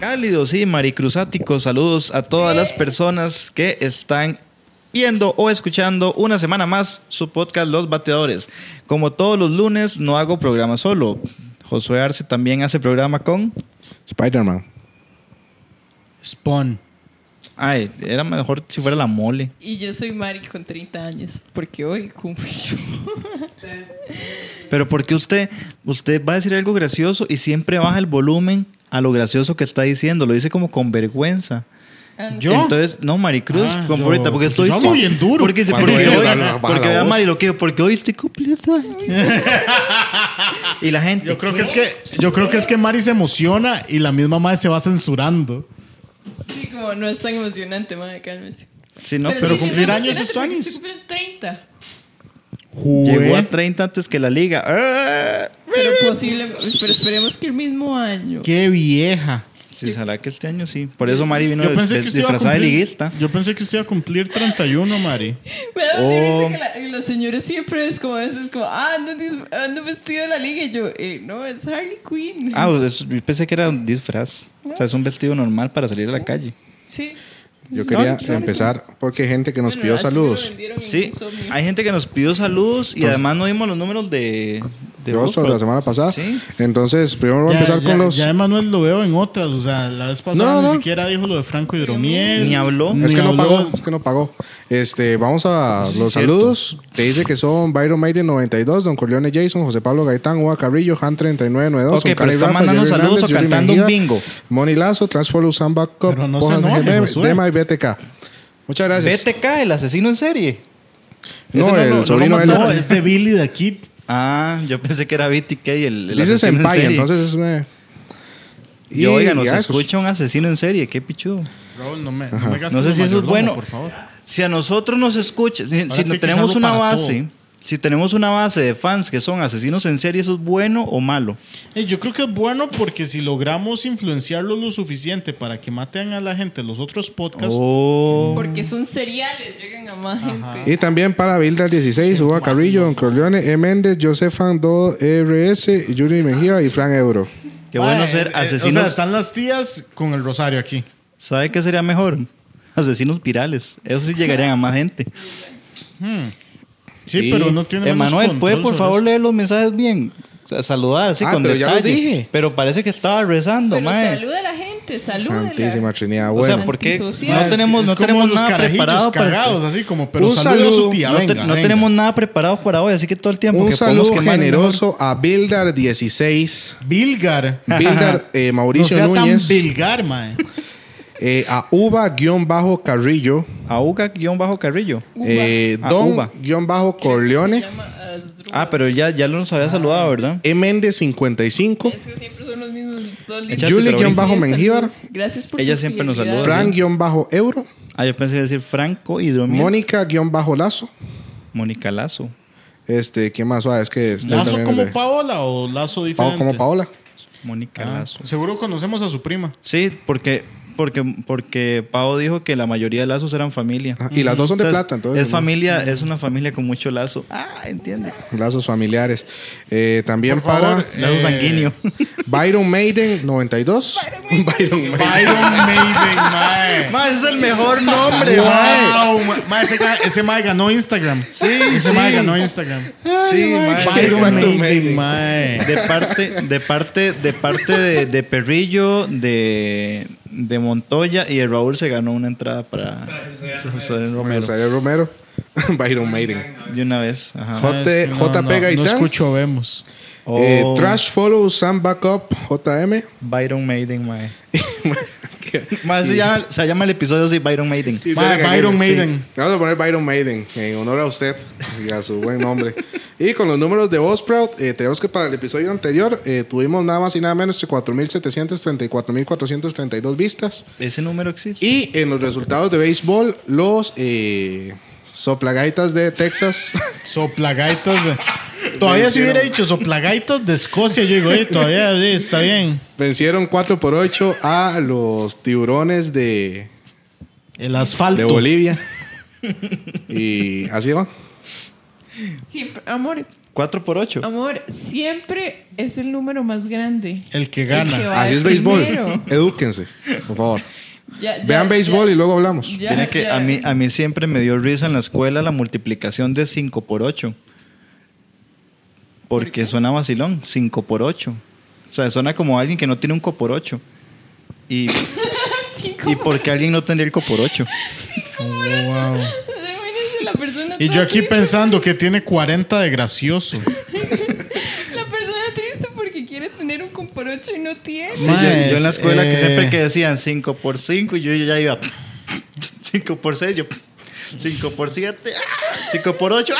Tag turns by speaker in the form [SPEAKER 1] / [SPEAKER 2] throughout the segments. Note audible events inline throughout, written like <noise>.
[SPEAKER 1] Cálidos y maricruzáticos, saludos a todas las personas que están viendo o escuchando una semana más su podcast Los Bateadores. Como todos los lunes, no hago programa solo. Josué Arce también hace programa con...
[SPEAKER 2] Spider-Man.
[SPEAKER 3] Spawn.
[SPEAKER 1] Ay, era mejor si fuera la mole.
[SPEAKER 4] Y yo soy Mari con 30 años, porque hoy cumplí.
[SPEAKER 1] Pero porque usted, usted va a decir algo gracioso y siempre baja el volumen a lo gracioso que está diciendo. Lo dice como con vergüenza.
[SPEAKER 4] <laughs> Ah, no
[SPEAKER 3] Yo-
[SPEAKER 1] Entonces, no, Maricruz,
[SPEAKER 3] Ah,
[SPEAKER 1] con
[SPEAKER 3] yo-
[SPEAKER 1] ahorita, porque estoy.
[SPEAKER 3] yo hablo bien duro.
[SPEAKER 1] Porque, dice,
[SPEAKER 2] Cuando
[SPEAKER 1] porque
[SPEAKER 2] ellos
[SPEAKER 1] hoy,
[SPEAKER 2] hablan, baja
[SPEAKER 1] porque
[SPEAKER 2] la
[SPEAKER 1] vea,
[SPEAKER 2] voz.
[SPEAKER 1] Mari, lo quiero, porque hoy estoy cumpliendo años. y la gente.
[SPEAKER 3] Yo creo que es que yo creo que es que Mari se emociona y la misma madre se va censurando.
[SPEAKER 4] sé. Sí, como no es tan emocionante, madre, cálmese.
[SPEAKER 1] Sí, no,
[SPEAKER 3] pero
[SPEAKER 1] pero
[SPEAKER 3] sí, cumplir años es tu
[SPEAKER 4] años.
[SPEAKER 3] años.
[SPEAKER 4] Estoy cumpliendo 30.
[SPEAKER 1] llegó a
[SPEAKER 3] Jue-
[SPEAKER 1] 30 antes que la liga. ¡Ah!
[SPEAKER 4] Pero posible, pero esperemos que el mismo año.
[SPEAKER 3] Qué vieja.
[SPEAKER 1] Sí, será que este año sí. Por eso Mari vino
[SPEAKER 3] Yo
[SPEAKER 1] des-
[SPEAKER 3] pensé que
[SPEAKER 1] des-
[SPEAKER 3] usted iba a
[SPEAKER 1] disfrazada de
[SPEAKER 3] cumplir-
[SPEAKER 1] liguista.
[SPEAKER 3] Yo pensé que usted iba a cumplir 31, Mari.
[SPEAKER 4] Me da mucha
[SPEAKER 1] Oh.
[SPEAKER 4] risa que la- que los señores siempre es como a veces como, ah, ando, dis- ando vestido de la liga. Y yo, eh, no, es Harley Quinn.
[SPEAKER 1] Ah, pues, es- yo pensé que era un disfraz. O sea, es un vestido normal para salir a la calle.
[SPEAKER 4] Sí.
[SPEAKER 2] Yo quería
[SPEAKER 1] No, claro.
[SPEAKER 2] empezar porque hay gente que nos pidió saludos.
[SPEAKER 1] Sí, hay gente que nos pidió saludos y además no dimos los números de. de
[SPEAKER 2] De Oxford
[SPEAKER 1] Oxford.
[SPEAKER 2] la semana pasada.
[SPEAKER 1] Sí.
[SPEAKER 2] Entonces, primero voy a empezar con los.
[SPEAKER 3] ya Emanuel lo veo en otras. O sea, la vez pasada
[SPEAKER 2] No,
[SPEAKER 3] ni
[SPEAKER 2] no.
[SPEAKER 3] siquiera dijo lo de Franco Hidromiel.
[SPEAKER 1] Ni habló.
[SPEAKER 2] Es
[SPEAKER 3] ni
[SPEAKER 2] que no
[SPEAKER 3] habló.
[SPEAKER 2] pagó, es que no pagó. Este, vamos a
[SPEAKER 1] Sí,
[SPEAKER 2] los
[SPEAKER 1] es cierto.
[SPEAKER 2] saludos. Te dice que son Byron Maiden 92, Don Corleone Jason, José Pablo Gaitán, Juan Carrillo, Han 3992,
[SPEAKER 1] Ok, pero está mandando saludos o cantando un bingo.
[SPEAKER 2] Moni Lazo, Transfollow Samba Cup,
[SPEAKER 3] Pero no se
[SPEAKER 2] Bojan
[SPEAKER 3] enoje,
[SPEAKER 2] GM,
[SPEAKER 3] Josué.
[SPEAKER 2] Dema y BTK. Muchas gracias.
[SPEAKER 1] BTK, el asesino en serie.
[SPEAKER 2] No,
[SPEAKER 1] Ese
[SPEAKER 2] el
[SPEAKER 1] lo- lo
[SPEAKER 2] sobrino
[SPEAKER 1] mandó.
[SPEAKER 2] de él.
[SPEAKER 3] No, es de Billy the Kid.
[SPEAKER 1] Ah, yo pensé que era BTK y el, el
[SPEAKER 2] Dice
[SPEAKER 1] asesino en
[SPEAKER 2] Senpai,
[SPEAKER 1] serie.
[SPEAKER 2] entonces es una...
[SPEAKER 1] Y oiga, nos
[SPEAKER 2] ya, pues,
[SPEAKER 1] escucha un asesino en serie, qué pichudo.
[SPEAKER 3] Raúl, no me,
[SPEAKER 1] gastes No sé lo si eso es mayordomo, bueno. por favor. Si a nosotros nos escucha, si, si
[SPEAKER 3] tiene que
[SPEAKER 1] tenemos
[SPEAKER 3] usarlo
[SPEAKER 1] una
[SPEAKER 3] para
[SPEAKER 1] base,
[SPEAKER 3] todo.
[SPEAKER 1] si tenemos una base de fans que son asesinos en serie, ¿eso es bueno o malo?
[SPEAKER 3] yo creo que es bueno porque si logramos influenciarlo lo suficiente para que maten a la gente los otros podcasts.
[SPEAKER 1] Oh.
[SPEAKER 4] Porque son seriales, llegan a más gente.
[SPEAKER 2] Y también para Bilda 16, Hugo Carrillo, Don Corleone, E. Méndez, Josefan 2RS, Yuri Mejía y Fran Euro.
[SPEAKER 1] Qué bueno
[SPEAKER 3] Ah,
[SPEAKER 1] ser
[SPEAKER 3] es- es-
[SPEAKER 1] asesinos.
[SPEAKER 3] O sea, están las tías con el rosario aquí.
[SPEAKER 1] ¿Sabe qué sería mejor? Asesinos virales. Eso sí llegarían a más gente.
[SPEAKER 3] Sí,
[SPEAKER 2] Sí.
[SPEAKER 3] pero no tiene
[SPEAKER 1] Emanuel, ¿puede por favor leer los mensajes bien? O sea, saludar así
[SPEAKER 2] Ah,
[SPEAKER 1] con
[SPEAKER 2] pero ya
[SPEAKER 1] detalle.
[SPEAKER 2] lo dije.
[SPEAKER 1] Pero parece que estaba rezando,
[SPEAKER 4] Pero
[SPEAKER 1] mae.
[SPEAKER 4] saluda a la gente, saluda.
[SPEAKER 2] Santísima Trinidad.
[SPEAKER 1] O sea,
[SPEAKER 2] Bueno,
[SPEAKER 1] ¿por qué
[SPEAKER 4] Antisocial.
[SPEAKER 1] no tenemos, no tenemos nada preparado para-
[SPEAKER 3] cagados, así como, pero
[SPEAKER 2] Un
[SPEAKER 3] saluda a
[SPEAKER 2] saludo.
[SPEAKER 3] su tía,
[SPEAKER 1] no, te-
[SPEAKER 3] venga,
[SPEAKER 1] no
[SPEAKER 3] venga.
[SPEAKER 1] tenemos nada preparado para hoy, así que todo el tiempo
[SPEAKER 2] un
[SPEAKER 1] que podemos
[SPEAKER 2] saludo
[SPEAKER 1] quemar es
[SPEAKER 2] generoso a Bildar 16,
[SPEAKER 3] Bilgar.
[SPEAKER 2] Bildar eh,
[SPEAKER 3] No
[SPEAKER 2] Mauricio
[SPEAKER 3] sea tan
[SPEAKER 2] Núñez,
[SPEAKER 3] Bilgar, mae.
[SPEAKER 2] eh, a Uva-Carrillo,
[SPEAKER 1] mejor. A Uga-Carrillo.
[SPEAKER 2] eh,
[SPEAKER 1] A Uva.
[SPEAKER 2] Don-Corleone,
[SPEAKER 1] Ah, pero ya, ya lo nos había saludado, ¿verdad?
[SPEAKER 2] E. Méndez 55,
[SPEAKER 4] Es que siempre son los mismos dos
[SPEAKER 1] Echate
[SPEAKER 4] líderes.
[SPEAKER 1] Yuli, guión
[SPEAKER 2] bajo, Mengíbar.
[SPEAKER 4] Gracias por
[SPEAKER 1] Ella
[SPEAKER 4] su
[SPEAKER 1] siempre nos
[SPEAKER 4] fidelidad.
[SPEAKER 1] saluda.
[SPEAKER 2] Frank-Euro,
[SPEAKER 1] Ah, yo pensé decir Franco y Domingo.
[SPEAKER 2] Mónica-Lazo.
[SPEAKER 1] Mónica Lazo.
[SPEAKER 2] Este, ¿qué más? Ah, es que estoy
[SPEAKER 3] ¿Lazo
[SPEAKER 2] también
[SPEAKER 3] como
[SPEAKER 2] de-
[SPEAKER 3] Paola o lazo
[SPEAKER 2] Pao-
[SPEAKER 3] diferente?
[SPEAKER 2] como Paola.
[SPEAKER 1] Mónica
[SPEAKER 3] Ah,
[SPEAKER 1] Lazo.
[SPEAKER 3] Seguro conocemos a su prima.
[SPEAKER 1] Sí, porque, porque, porque Pau dijo que la mayoría de lazos eran familia.
[SPEAKER 2] Ajá, Ah, Y las dos son de
[SPEAKER 1] O sea,
[SPEAKER 2] plata, entonces.
[SPEAKER 1] Es
[SPEAKER 2] ¿no? Mm. Eh.
[SPEAKER 1] familia, es una familia con mucho lazo. Ah, entiende.
[SPEAKER 2] Lazos familiares. Eh, también
[SPEAKER 3] Por favor,
[SPEAKER 2] para
[SPEAKER 1] Lazo
[SPEAKER 3] eh,
[SPEAKER 1] sanguíneo. <laughs>
[SPEAKER 2] Byron Maiden 92. Byron Maiden.
[SPEAKER 3] <laughs> Byron Maiden, mae.
[SPEAKER 1] Más es el mejor nombre,
[SPEAKER 3] Wow, ma- ma, ese, ga- ese mae ganó Instagram. Sí, ese
[SPEAKER 1] sí.
[SPEAKER 3] mae ganó Instagram.
[SPEAKER 1] Sí, mae.
[SPEAKER 3] Byron
[SPEAKER 2] Byron
[SPEAKER 3] Maiden,
[SPEAKER 2] Maiden.
[SPEAKER 3] mae.
[SPEAKER 1] De parte, de parte, de parte de, de Perrillo, de, de Montoya y de Raúl se ganó una entrada para José Romero.
[SPEAKER 2] Rosario Romero. <laughs> Byron Maiden.
[SPEAKER 1] De una vez. Ajá.
[SPEAKER 2] J-
[SPEAKER 3] Es que no,
[SPEAKER 2] JP
[SPEAKER 3] no,
[SPEAKER 2] Gaitán.
[SPEAKER 3] No escucho, vemos.
[SPEAKER 2] Eh,
[SPEAKER 1] Oh,
[SPEAKER 2] Trash Follow Sam Backup JM.
[SPEAKER 1] Byron Maiden,
[SPEAKER 2] <laughs>
[SPEAKER 1] mae. Más se llama, se llama el episodio así, Byron Maiden.
[SPEAKER 2] Y
[SPEAKER 3] Mae,
[SPEAKER 2] verga,
[SPEAKER 3] Byron
[SPEAKER 2] sí.
[SPEAKER 3] Maiden.
[SPEAKER 2] Le Vamos a poner Byron Maiden en honor a usted y a su buen nombre. y con los números de Buzzsprout, eh, tenemos que para el episodio anterior eh, tuvimos nada más y nada menos que 4.734.432 vistas.
[SPEAKER 1] Ese número existe.
[SPEAKER 2] Y en los resultados de béisbol, los eh, soplagaitas de Texas. <laughs>
[SPEAKER 3] Soplagaitas de... Todavía si hubiera dicho soplagaitas de Escocia, yo digo, "Ey, todavía sí, está bien.
[SPEAKER 2] Vencieron 4 por 8 a los tiburones de,
[SPEAKER 3] El
[SPEAKER 2] de <laughs>
[SPEAKER 3] asfalto.
[SPEAKER 2] Bolivia. y así va.
[SPEAKER 4] Siempre, amor.
[SPEAKER 1] 4 por 8
[SPEAKER 4] Amor, siempre es el número más grande.
[SPEAKER 3] El que
[SPEAKER 4] El que
[SPEAKER 3] gana.
[SPEAKER 4] va.
[SPEAKER 2] Así es
[SPEAKER 4] Ay,
[SPEAKER 2] béisbol.
[SPEAKER 4] primero.
[SPEAKER 2] Edúquense, por favor.
[SPEAKER 4] Ya- ya-
[SPEAKER 2] Vean béisbol
[SPEAKER 4] ya-
[SPEAKER 2] y luego hablamos.
[SPEAKER 4] ya-
[SPEAKER 1] Mira que
[SPEAKER 4] ya-
[SPEAKER 1] a
[SPEAKER 4] <laughs>
[SPEAKER 1] mí, a mí siempre me dio risa en la escuela la multiplicación de 5 por 8. Porque suena vacilón, 5 por 8. O sea, suena como alguien que no tiene un co por 8. Y,
[SPEAKER 4] <laughs> Cinco
[SPEAKER 1] y porque alguien no tendría el co por 8.
[SPEAKER 3] Oh, Wow.
[SPEAKER 4] Imagínense la persona
[SPEAKER 3] Y yo
[SPEAKER 4] toda
[SPEAKER 3] aquí
[SPEAKER 4] triste,
[SPEAKER 3] pensando que tiene 40 de gracioso.
[SPEAKER 4] La persona triste porque quiere tener un compor ocho y no tiene.
[SPEAKER 1] Sí, yo, yo en la escuela que
[SPEAKER 3] Maes,
[SPEAKER 1] siempre
[SPEAKER 3] eh.
[SPEAKER 1] que decían 5 por 5 y yo ya iba <laughs> 5 por 6, yo 5 por 7, 5 por 8.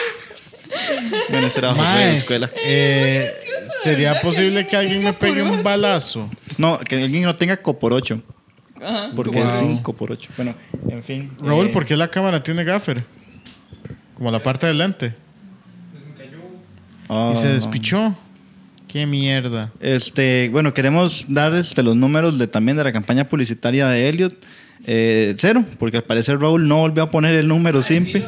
[SPEAKER 4] <laughs>
[SPEAKER 1] Bueno, ese era José de la
[SPEAKER 3] Maes,
[SPEAKER 1] escuela.
[SPEAKER 3] eh,
[SPEAKER 4] gracioso,
[SPEAKER 3] ¿Sería
[SPEAKER 4] ¿verdad? Que
[SPEAKER 3] posible que alguien me
[SPEAKER 4] tenga
[SPEAKER 3] pegue un
[SPEAKER 4] porocho.
[SPEAKER 3] balazo?
[SPEAKER 1] No, que alguien no tenga co por 8.
[SPEAKER 4] Ajá.
[SPEAKER 1] Porque
[SPEAKER 3] Wow.
[SPEAKER 1] es 5 por 8. Bueno, en fin.
[SPEAKER 3] Raúl,
[SPEAKER 1] eh,
[SPEAKER 3] ¿por qué la cámara tiene gaffer? Como la parte delante.
[SPEAKER 1] ah,
[SPEAKER 3] Y se despichó. Qué mierda.
[SPEAKER 1] Este, bueno, queremos dar este, los números de, también de la campaña publicitaria de Elliot. Eh, cero, porque al parecer Raúl no volvió a poner el número simple.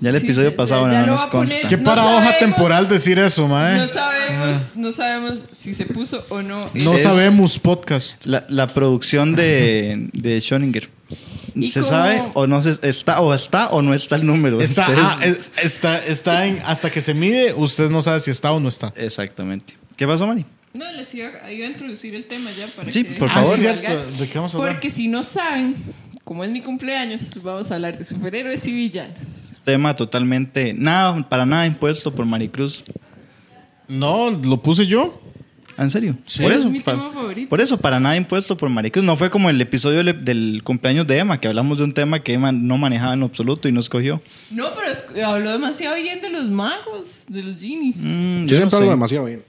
[SPEAKER 1] Ya el
[SPEAKER 4] Sí,
[SPEAKER 1] episodio
[SPEAKER 4] ya-
[SPEAKER 1] pasado
[SPEAKER 4] ya
[SPEAKER 1] no
[SPEAKER 4] lo
[SPEAKER 1] nos
[SPEAKER 4] va a poner.
[SPEAKER 1] consta.
[SPEAKER 3] Qué
[SPEAKER 4] No
[SPEAKER 3] paradoja
[SPEAKER 4] sabemos.
[SPEAKER 3] temporal decir eso, mae.
[SPEAKER 4] No sabemos, no sabemos si se puso o no.
[SPEAKER 3] No
[SPEAKER 1] Es-
[SPEAKER 3] sabemos podcast.
[SPEAKER 1] La, la producción de, de Schoninger.
[SPEAKER 4] ¿Y
[SPEAKER 1] ¿Se
[SPEAKER 4] cómo?
[SPEAKER 1] sabe o no se está o está o no está el número?
[SPEAKER 3] Está,
[SPEAKER 1] Ustedes-
[SPEAKER 3] ah, es- está, está en. Hasta que se mide, usted no sabe si está o no está.
[SPEAKER 1] Exactamente. ¿Qué pasó, Mari?
[SPEAKER 4] No, les iba, iba a introducir el tema ya para
[SPEAKER 1] Sí,
[SPEAKER 4] que...
[SPEAKER 1] por
[SPEAKER 4] <laughs>
[SPEAKER 3] Ah,
[SPEAKER 1] favor.
[SPEAKER 3] sí, cierto. ¿De qué vamos a hablar?
[SPEAKER 4] Porque si no saben, como es mi cumpleaños, vamos a hablar de superhéroes y villanos.
[SPEAKER 1] Tema totalmente nada para nada impuesto por Maricruz.
[SPEAKER 3] No, lo puse yo.
[SPEAKER 1] Ah, ¿En serio?
[SPEAKER 4] Sí,
[SPEAKER 1] por
[SPEAKER 4] es
[SPEAKER 1] eso.
[SPEAKER 4] mi
[SPEAKER 1] pa-
[SPEAKER 4] tema favorito.
[SPEAKER 1] Por eso, para nada impuesto por Maricruz. No fue como el episodio le- del cumpleaños de Emma, que hablamos de un tema que Emma no manejaba en absoluto y no escogió.
[SPEAKER 4] No, pero es- habló demasiado bien de los magos, de los genies.
[SPEAKER 1] Mm,
[SPEAKER 2] Yo
[SPEAKER 1] yo no
[SPEAKER 2] siempre hablo
[SPEAKER 1] sé.
[SPEAKER 2] demasiado bien.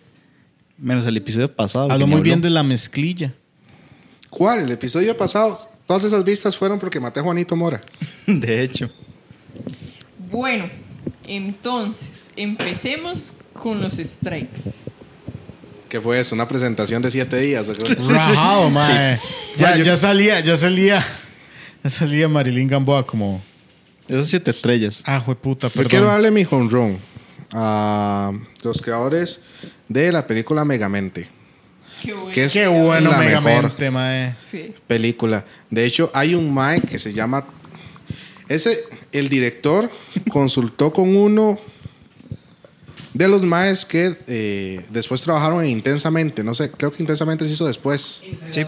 [SPEAKER 1] Menos el episodio
[SPEAKER 2] Ah,
[SPEAKER 1] pasado.
[SPEAKER 3] Habló
[SPEAKER 1] que ni
[SPEAKER 3] muy bien
[SPEAKER 1] habló.
[SPEAKER 3] de la mezclilla.
[SPEAKER 2] ¿Cuál? El episodio pasado. Todas esas vistas fueron porque maté a Juanito Mora.
[SPEAKER 1] <laughs> de hecho.
[SPEAKER 4] Bueno, entonces, empecemos con los strikes.
[SPEAKER 2] ¿Qué fue eso? Una presentación de siete días. <laughs> ¿o qué?
[SPEAKER 3] Rajado, mae. Ya,
[SPEAKER 2] Ma, yo-
[SPEAKER 3] ya salía, ya salía. <laughs> Ya salía Marilyn Gamboa como.
[SPEAKER 1] Esas siete estrellas.
[SPEAKER 3] Ah, jueputa,
[SPEAKER 2] Yo quiero
[SPEAKER 3] perdón.
[SPEAKER 2] darle mi home run a los creadores de la película Megamente.
[SPEAKER 4] Qué bueno.
[SPEAKER 2] ¿Qué es?
[SPEAKER 3] Qué bueno,
[SPEAKER 2] La
[SPEAKER 3] megamente, mae.
[SPEAKER 4] Sí.
[SPEAKER 2] película. De hecho, hay un Mae que se llama. Ese, el director consultó con uno de los Maes que eh, después trabajaron en intensamente. No sé, creo que intensamente se hizo después.
[SPEAKER 1] Sí.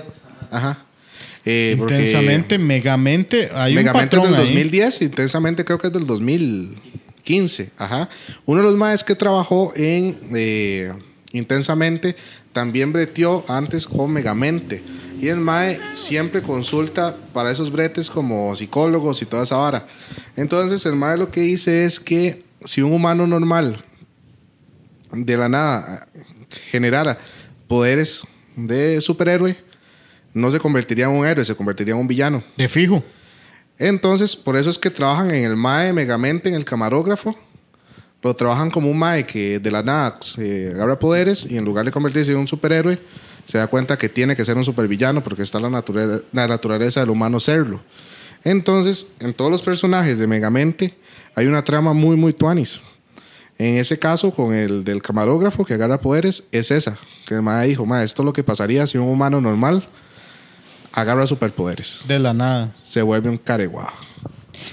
[SPEAKER 2] Ajá. Eh, porque
[SPEAKER 3] Intensamente, megamente. Hay
[SPEAKER 2] Megamente
[SPEAKER 3] un
[SPEAKER 2] es del
[SPEAKER 3] patrón ahí.
[SPEAKER 2] 2010, intensamente creo que es del 2015. Ajá. Uno de los Maes que trabajó en eh, intensamente también breteó antes con Megamente. Y el Mae siempre consulta para esos bretes como psicólogos y toda esa vara. Entonces, el Mae lo que dice es que si un humano normal de la nada generara poderes de superhéroe, no se convertiría en un héroe, se convertiría en un villano.
[SPEAKER 3] De fijo.
[SPEAKER 2] Entonces, por eso es que trabajan en el MAE Megamente, en el camarógrafo. Lo trabajan como un MAE que de la nada se agarra poderes y en lugar de convertirse en un superhéroe, se da cuenta que tiene que ser un supervillano porque está la, natura- la naturaleza del humano serlo. Entonces, en todos los personajes de Megamente hay una trama muy, muy tuanis. En ese caso, con el del camarógrafo que agarra poderes, es esa. Que el MAE dijo, MAE, esto es lo que pasaría si un humano normal agarra superpoderes.
[SPEAKER 3] De la nada.
[SPEAKER 2] Se vuelve un careguajo.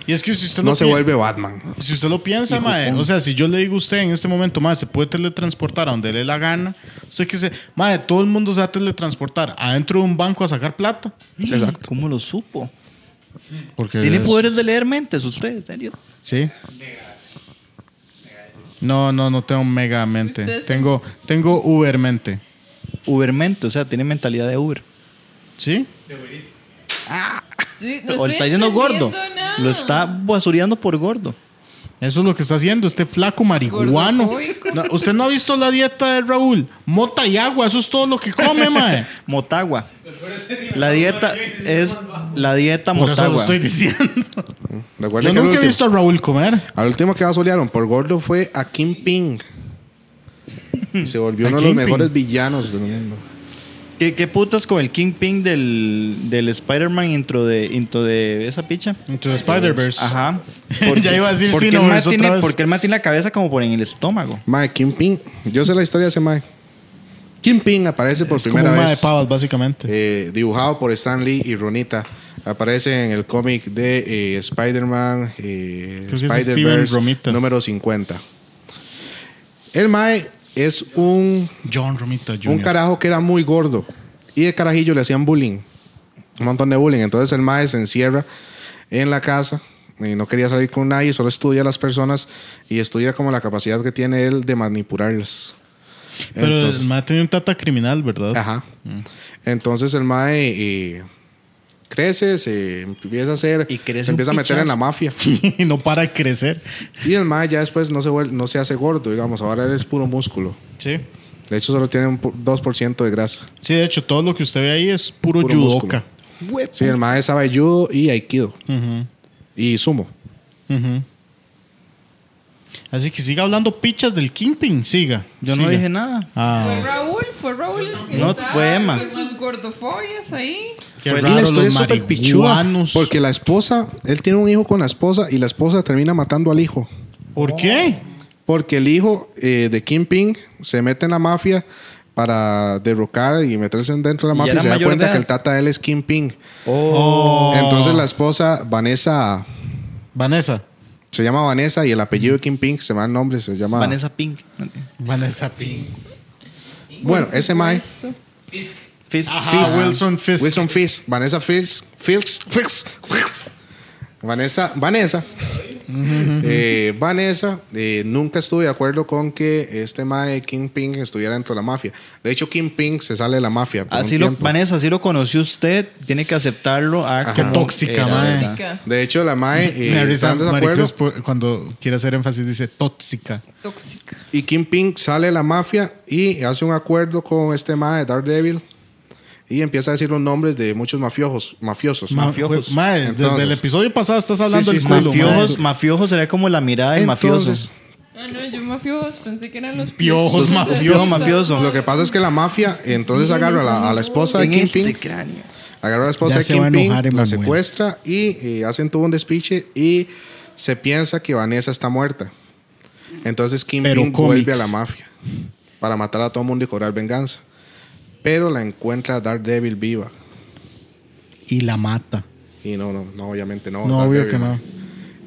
[SPEAKER 3] Y es que si usted
[SPEAKER 2] No
[SPEAKER 3] lo
[SPEAKER 2] se
[SPEAKER 3] pi-
[SPEAKER 2] vuelve Batman.
[SPEAKER 3] Si usted lo piensa, mae, o sea, si yo le digo a usted en este momento, mae, se puede teletransportar a donde le dé la gana, usted que se, mae, todo el mundo se va a teletransportar adentro de un banco a sacar plata.
[SPEAKER 1] Exacto. ¿Cómo lo supo?
[SPEAKER 3] Porque
[SPEAKER 1] Tiene
[SPEAKER 3] es-
[SPEAKER 1] poderes de leer mentes usted, en serio.
[SPEAKER 3] Sí. No, no, no tengo mega mente.
[SPEAKER 4] Usted sí.
[SPEAKER 3] Tengo, tengo Uber mente.
[SPEAKER 1] Ubermente, o sea, tiene mentalidad de Uber.
[SPEAKER 3] ¿Sí?
[SPEAKER 4] Sí, no
[SPEAKER 1] O
[SPEAKER 4] estoy
[SPEAKER 1] le está diciendo gordo.
[SPEAKER 4] entendiendo nada.
[SPEAKER 1] Lo está basureando por gordo.
[SPEAKER 3] Eso es lo que está haciendo este flaco marihuano.
[SPEAKER 4] Gordofóbico.
[SPEAKER 3] No, ¿Usted no ha visto la dieta de Raúl? Mota y agua, eso es todo lo que come, mae.
[SPEAKER 1] Motagua. La dieta es la dieta
[SPEAKER 3] Por eso lo
[SPEAKER 1] motagua.
[SPEAKER 3] estoy diciendo.
[SPEAKER 2] Recuerden
[SPEAKER 3] Yo
[SPEAKER 2] que al
[SPEAKER 3] nunca he
[SPEAKER 2] último-
[SPEAKER 3] visto a Raúl comer.
[SPEAKER 2] Al último que asolearon por gordo fue a Kim Ping. Y se volvió
[SPEAKER 3] ¿A
[SPEAKER 2] uno de los
[SPEAKER 3] <laughs> Kingpin?
[SPEAKER 2] mejores villanos del mundo.
[SPEAKER 1] ¿Qué, qué putas con el Kingpin del, del Spider-Man intro de, intro de esa picha?
[SPEAKER 3] Into the Spider-Verse.
[SPEAKER 1] Ajá.
[SPEAKER 3] <laughs> Ya iba a decir
[SPEAKER 1] porque el
[SPEAKER 3] Sinoverse
[SPEAKER 1] mae
[SPEAKER 3] otra
[SPEAKER 1] tiene-
[SPEAKER 3] vez.
[SPEAKER 1] Porque el mae tiene la cabeza como por en el estómago.
[SPEAKER 2] Mae, Kim Ping. Yo sé la historia de ese Mae. Kim Ping aparece por
[SPEAKER 3] Es como
[SPEAKER 2] primera
[SPEAKER 3] un mae de
[SPEAKER 2] vez.
[SPEAKER 3] pavas, básicamente.
[SPEAKER 2] eh, dibujado por Stan Lee y Ronita. Aparece en el cómic de eh, Spider-Man, eh,
[SPEAKER 3] Creo que es Steven
[SPEAKER 2] Spider-Verse
[SPEAKER 3] Romita.
[SPEAKER 2] número 50. El Mae es un,
[SPEAKER 3] John Romita Jr.
[SPEAKER 2] un carajo que era muy gordo y de carajillo le hacían bullying, un montón de bullying. Entonces el Mae se encierra en la casa y no quería salir con nadie, solo estudia a las personas y estudia como la capacidad que tiene él de manipularlas.
[SPEAKER 3] Pero
[SPEAKER 2] Entonces- Ah.
[SPEAKER 3] el mae Mm. tenía un tata criminal, ¿verdad?
[SPEAKER 2] Ajá. Entonces el mae eh, crece, se empieza a hacer,
[SPEAKER 1] Y crece
[SPEAKER 2] se empieza a
[SPEAKER 1] un
[SPEAKER 2] meter
[SPEAKER 1] pichazo.
[SPEAKER 2] en la mafia.
[SPEAKER 3] <laughs> y no para de crecer.
[SPEAKER 2] Y el mae ya después no se, vuel- no se hace gordo, digamos, ahora él es puro músculo.
[SPEAKER 3] Sí.
[SPEAKER 2] De hecho, solo tiene un pu- 2% de grasa.
[SPEAKER 3] Sí, de hecho, todo lo que usted ve ahí es puro,
[SPEAKER 2] Puro
[SPEAKER 3] judoka.
[SPEAKER 2] Sí, el mae sabe judo y aikido
[SPEAKER 3] Ujú,
[SPEAKER 2] y sumo.
[SPEAKER 3] ujú. Así que siga hablando pichas del Kingpin, siga.
[SPEAKER 1] Yo no
[SPEAKER 3] siga.
[SPEAKER 1] dije nada.
[SPEAKER 4] Fue
[SPEAKER 3] Ah,
[SPEAKER 4] Raúl, fue Raúl el que
[SPEAKER 1] No,
[SPEAKER 4] estaba
[SPEAKER 1] fue Emma.
[SPEAKER 4] Con sus gordofobias ahí.
[SPEAKER 3] qué
[SPEAKER 1] Fue-
[SPEAKER 2] Y la
[SPEAKER 3] raro,
[SPEAKER 2] historia es
[SPEAKER 3] los
[SPEAKER 2] súper pichuda
[SPEAKER 3] marihuanos.
[SPEAKER 2] porque la esposa, él tiene un hijo con la esposa y la esposa termina matando al hijo.
[SPEAKER 3] ¿Por qué?
[SPEAKER 2] Porque el hijo eh, de Kim Ping se mete en la mafia para derrocar y meterse dentro de la
[SPEAKER 1] Y
[SPEAKER 2] mafia y
[SPEAKER 1] era
[SPEAKER 2] se da
[SPEAKER 1] mayor
[SPEAKER 2] cuenta
[SPEAKER 1] de
[SPEAKER 2] que
[SPEAKER 1] edad.
[SPEAKER 2] el tata de él es Kim Ping.
[SPEAKER 3] Oh.
[SPEAKER 2] Entonces la esposa Vanessa,
[SPEAKER 3] Vanessa.
[SPEAKER 2] se llama Vanessa y el apellido de Kim Ping se llama el nombre, se llama...
[SPEAKER 1] Vanessa Pink.
[SPEAKER 3] Vanessa Ping.
[SPEAKER 2] Bueno, ese mae,
[SPEAKER 1] Fizz-
[SPEAKER 3] Ajá,
[SPEAKER 1] Fizz.
[SPEAKER 3] Ah, Wilson Fisk.
[SPEAKER 2] Wilson Fisk, Vanessa Fisk, Fisk, Fisk, Fisk. Vanessa, Vanessa, Eh, Vanessa eh, nunca estuve de acuerdo con que este mae Kim Ping estuviera dentro de la mafia. De hecho, Kim Ping se sale de la mafia. por un
[SPEAKER 1] Así Ah, lo,
[SPEAKER 2] tiempo.
[SPEAKER 1] Vanessa, así lo conoció usted. Tiene que aceptarlo. Ah,
[SPEAKER 2] Ajá.
[SPEAKER 1] qué
[SPEAKER 3] tóxica, mae.
[SPEAKER 4] Tóxica.
[SPEAKER 2] De hecho, la MAE eh,
[SPEAKER 3] Me da
[SPEAKER 2] está
[SPEAKER 3] risa,
[SPEAKER 2] en desacuerdo.
[SPEAKER 3] Maricruz, por- cuando quiere hacer énfasis dice tóxica.
[SPEAKER 4] Tóxica.
[SPEAKER 2] Y Kim Ping sale de la mafia y hace un acuerdo con este MAE, Daredevil. Y empieza a decir los nombres de muchos mafiojos, mafiosos.
[SPEAKER 3] Ma-
[SPEAKER 1] Mafiojos.
[SPEAKER 3] Mae, desde
[SPEAKER 2] Entonces-
[SPEAKER 3] el episodio pasado estás hablando
[SPEAKER 2] Sí,
[SPEAKER 3] del
[SPEAKER 2] sí,
[SPEAKER 3] culo, mae.
[SPEAKER 1] Mafiojos, mafiojos sería como la mirada del
[SPEAKER 2] Entonces,
[SPEAKER 1] mafioso.
[SPEAKER 4] No, Ah, no, yo mafiosos, pensé que eran los
[SPEAKER 3] Piojos mafiosos.
[SPEAKER 4] Los
[SPEAKER 1] Mafiosos.
[SPEAKER 2] lo que pasa es que la mafia, entonces agarra a la, a la esposa de Kim
[SPEAKER 1] este
[SPEAKER 2] Ping,
[SPEAKER 3] este
[SPEAKER 1] cráneo.
[SPEAKER 2] agarra a la
[SPEAKER 3] Ya
[SPEAKER 2] esposa de
[SPEAKER 3] se va a
[SPEAKER 2] Kim Ping,
[SPEAKER 3] enojar,
[SPEAKER 2] la
[SPEAKER 3] Emanuel.
[SPEAKER 2] secuestra y eh, hacen todo un despiche y se piensa que Vanessa está muerta. Entonces Kim
[SPEAKER 3] Pero
[SPEAKER 2] Ping vuelve a
[SPEAKER 3] cómics.
[SPEAKER 2] la mafia para matar a todo el mundo y cobrar venganza. Pero la encuentra Daredevil viva.
[SPEAKER 3] Y la mata.
[SPEAKER 2] Y no, no, no, obviamente no.
[SPEAKER 3] No,
[SPEAKER 2] Daredevil,
[SPEAKER 3] obvio que no.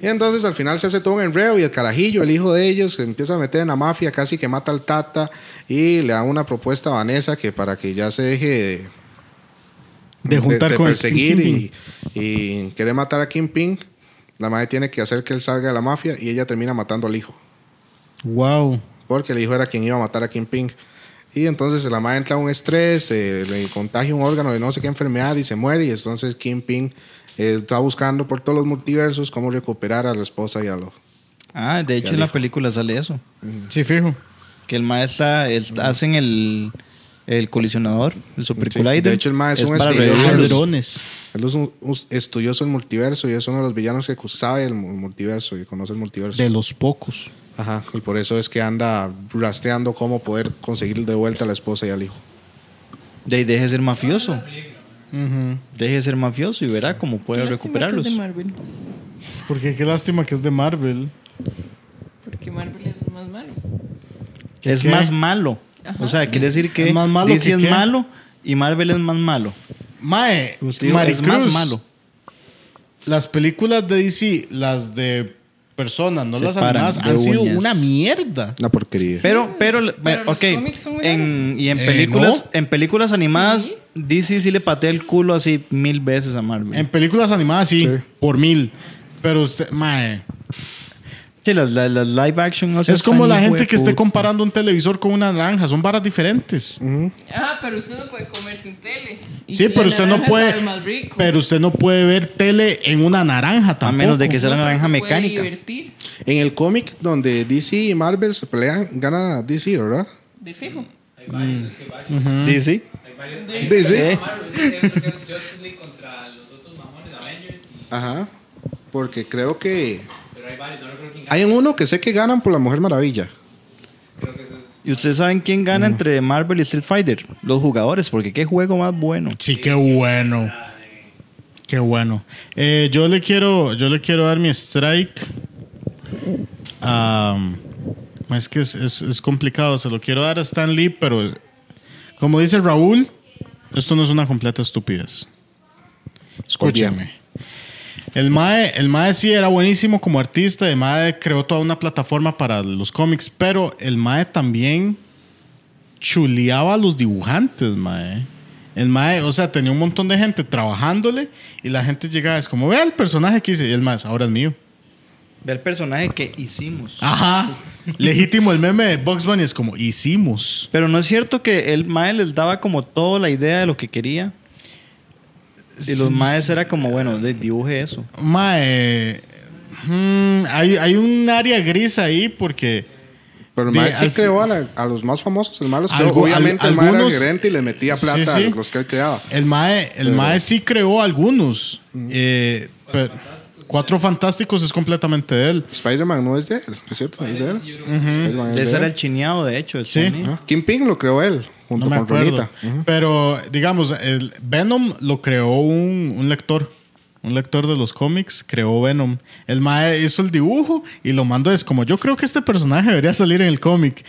[SPEAKER 2] Y entonces al final se hace todo un enreo y el carajillo, el hijo de ellos, se empieza a meter en la mafia, casi que mata al tata y le da una propuesta a Vanessa que para que ya se deje de,
[SPEAKER 3] De juntar con el
[SPEAKER 2] perseguir
[SPEAKER 3] Kim
[SPEAKER 2] y, y quiere matar a Kim Ping. La madre tiene que hacer que él salga de la mafia y ella termina matando al hijo,
[SPEAKER 3] Wow.
[SPEAKER 2] porque el hijo era quien iba a matar a Kim Ping. Y entonces la madre entra en un estrés, eh, le contagia un órgano de no sé qué enfermedad y se muere. Y entonces Kim Ping eh, está buscando por todos los multiversos cómo recuperar a la esposa y a los
[SPEAKER 1] Ah, de hecho
[SPEAKER 2] Ya
[SPEAKER 1] en la
[SPEAKER 2] dijo.
[SPEAKER 1] película sale eso.
[SPEAKER 3] Sí, fijo.
[SPEAKER 1] Que el maestro hacen el, el colisionador, el super
[SPEAKER 2] Sí,
[SPEAKER 1] collider.
[SPEAKER 2] de hecho, el mae es un
[SPEAKER 1] para
[SPEAKER 2] estudioso
[SPEAKER 1] revisar
[SPEAKER 2] de
[SPEAKER 1] los-
[SPEAKER 2] los-
[SPEAKER 3] Ladrones.
[SPEAKER 2] Él es un, un estudioso del multiverso y es uno de los villanos que sabe el mu- multiverso y conoce el multiverso.
[SPEAKER 3] De los pocos.
[SPEAKER 2] Ajá, y por eso es que anda rastreando cómo poder conseguir de vuelta a la esposa y al hijo.
[SPEAKER 1] de, deje de ser mafioso.
[SPEAKER 3] Ujú.
[SPEAKER 1] Deje de ser mafioso y verá cómo puede recuperarlos.
[SPEAKER 4] de Marvel.
[SPEAKER 3] Porque qué lástima que es de Marvel.
[SPEAKER 4] Porque Marvel es lo más malo.
[SPEAKER 3] ¿Qué,
[SPEAKER 1] Es
[SPEAKER 3] qué?
[SPEAKER 1] más malo. O sea, quiere decir que
[SPEAKER 3] Es más malo
[SPEAKER 1] DC
[SPEAKER 3] que
[SPEAKER 1] es
[SPEAKER 3] qué.
[SPEAKER 1] malo y Marvel es más malo.
[SPEAKER 3] Mae,
[SPEAKER 1] Usted dijo, Pues, es
[SPEAKER 3] eh, Pues, Maricruz.
[SPEAKER 1] más malo.
[SPEAKER 3] Las películas de DC, las de personas, no
[SPEAKER 1] Se
[SPEAKER 3] las
[SPEAKER 1] paran
[SPEAKER 3] animadas,
[SPEAKER 1] de
[SPEAKER 3] han sido
[SPEAKER 1] uñas.
[SPEAKER 3] una mierda.
[SPEAKER 2] Una porquería.
[SPEAKER 1] Pero, pero,
[SPEAKER 4] pero
[SPEAKER 1] ok.
[SPEAKER 4] los cómics son muy
[SPEAKER 1] en, y en
[SPEAKER 3] Eh,
[SPEAKER 1] películas,
[SPEAKER 3] ¿no?
[SPEAKER 1] en películas animadas, DC sí le patea el culo así mil veces a Marvel.
[SPEAKER 3] En películas animadas, sí, por mil. Pero usted, mae.
[SPEAKER 1] Sí, las, las- las live action no se
[SPEAKER 3] es como
[SPEAKER 1] están
[SPEAKER 3] la
[SPEAKER 1] hijo
[SPEAKER 3] gente
[SPEAKER 1] de
[SPEAKER 3] que esté
[SPEAKER 1] puta.
[SPEAKER 3] comparando un televisor con una naranja. Son varas diferentes.
[SPEAKER 4] Ah, pero usted no puede comerse un tele. Y
[SPEAKER 3] Sí,
[SPEAKER 4] la
[SPEAKER 3] pero usted no
[SPEAKER 4] naranja
[SPEAKER 3] puede.
[SPEAKER 4] sabe más rico.
[SPEAKER 3] Pero usted no puede ver tele en una naranja tampoco.
[SPEAKER 1] A menos de que sea la
[SPEAKER 4] No, pero
[SPEAKER 1] naranja
[SPEAKER 4] se puede
[SPEAKER 1] mecánica.
[SPEAKER 4] divertir,
[SPEAKER 2] En el cómic donde DC y Marvel se pelean, gana DC, ¿verdad?
[SPEAKER 4] de fijo.
[SPEAKER 1] DC.
[SPEAKER 2] DC.
[SPEAKER 5] Marvel, yo creo que es Justice League contra los otros mamones Avengers, y-
[SPEAKER 2] Ajá. Porque creo que
[SPEAKER 5] pero hay varios, no recuerdo quién gana,
[SPEAKER 2] hay en uno que sé que ganan por la Mujer Maravilla.
[SPEAKER 5] creo que ese es
[SPEAKER 1] ¿Y ustedes saben quién gana
[SPEAKER 3] Mm.
[SPEAKER 1] entre Marvel y Street Fighter? Los jugadores, porque qué juego más bueno.
[SPEAKER 3] Sí, qué bueno. Qué bueno. Eh, yo le quiero, yo le quiero dar mi strike. a- es que es, es- es complicado. Se lo quiero dar a Stan Lee, pero como dice Raúl, esto no es una completa estupidez. Escúchame. El Mae, el Mae sí era buenísimo como artista. El Mae creó toda una plataforma para los cómics, pero el Mae también chuleaba a los dibujantes, mae. El mae, o sea, tenía un montón de gente trabajándole y la gente llegaba, es como, vea el personaje que hice. Y el mae, ahora es mío.
[SPEAKER 1] Ve el personaje que hicimos.
[SPEAKER 3] Ajá. Legítimo el meme de Box Bunny, es como, hicimos.
[SPEAKER 1] Pero no es cierto que el Mae les daba como toda la idea de lo que quería. Y los Maes era como, bueno, de- dibuje eso.
[SPEAKER 3] Mae. eh, mm, hay, hay un área gris ahí porque.
[SPEAKER 2] Pero el
[SPEAKER 3] Di-
[SPEAKER 2] maestro
[SPEAKER 3] al
[SPEAKER 2] sí creó a, la- a los más famosos. El maestro
[SPEAKER 3] Algo- al-
[SPEAKER 2] obviamente el maestro
[SPEAKER 3] algunos-
[SPEAKER 2] era gerente y le metía plata
[SPEAKER 3] Sí, sí.
[SPEAKER 2] a los que él creaba.
[SPEAKER 3] El Mae, el mae sí creó algunos. eh, pero- cuatro fantásticos es completamente de él.
[SPEAKER 2] Spider-Man no es de él, ¿no es cierto? Es de él. Spider-Man es de
[SPEAKER 1] Ese era
[SPEAKER 2] él.
[SPEAKER 1] el chineado, de hecho. el
[SPEAKER 3] ¿Eh? Sí.
[SPEAKER 1] Sony.
[SPEAKER 2] Ajá. Kingpin lo creó él, junto
[SPEAKER 3] No me
[SPEAKER 2] con
[SPEAKER 3] acuerdo.
[SPEAKER 2] Ronita. Ujú.
[SPEAKER 3] Pero, digamos, el Venom lo creó un, un lector. Un lector de los cómics creó Venom. El Mae hizo el dibujo y lo mandó. Es como, yo creo que este personaje debería salir en el cómic.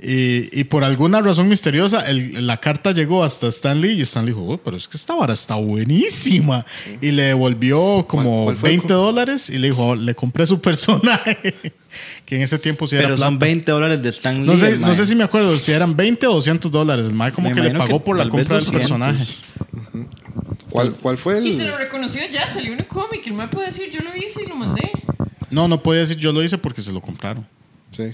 [SPEAKER 3] Y, y por alguna razón misteriosa, el- la carta llegó hasta Stan Lee y Stan Lee dijo, "Oh, pero es que esta vara está buenísima. Y le devolvió
[SPEAKER 2] ¿Cuál-
[SPEAKER 3] como
[SPEAKER 2] cuál fue el
[SPEAKER 3] 20 dólares y le dijo, "Oh, le compré su <laughs> personaje. que en ese tiempo sí era
[SPEAKER 1] Pero son
[SPEAKER 3] plata.
[SPEAKER 1] 20 dólares de Stan Lee.
[SPEAKER 3] No sé,
[SPEAKER 1] el
[SPEAKER 3] no
[SPEAKER 1] mae.
[SPEAKER 3] sé si me acuerdo si eran 20 o 200 dólares. El mae como
[SPEAKER 1] Me
[SPEAKER 3] que le
[SPEAKER 1] imagino
[SPEAKER 3] pagó
[SPEAKER 1] que
[SPEAKER 3] por la
[SPEAKER 1] tal vez
[SPEAKER 3] compra del
[SPEAKER 1] 200.
[SPEAKER 3] personaje.
[SPEAKER 2] ¿Cuál, ¿Cuál fue
[SPEAKER 4] Y se
[SPEAKER 2] el...?
[SPEAKER 4] lo reconoció ya, salió un cómic. El mae puede decir, yo lo hice y lo mandé.
[SPEAKER 3] No, no podía decir yo lo hice porque se lo compraron.
[SPEAKER 2] Sí.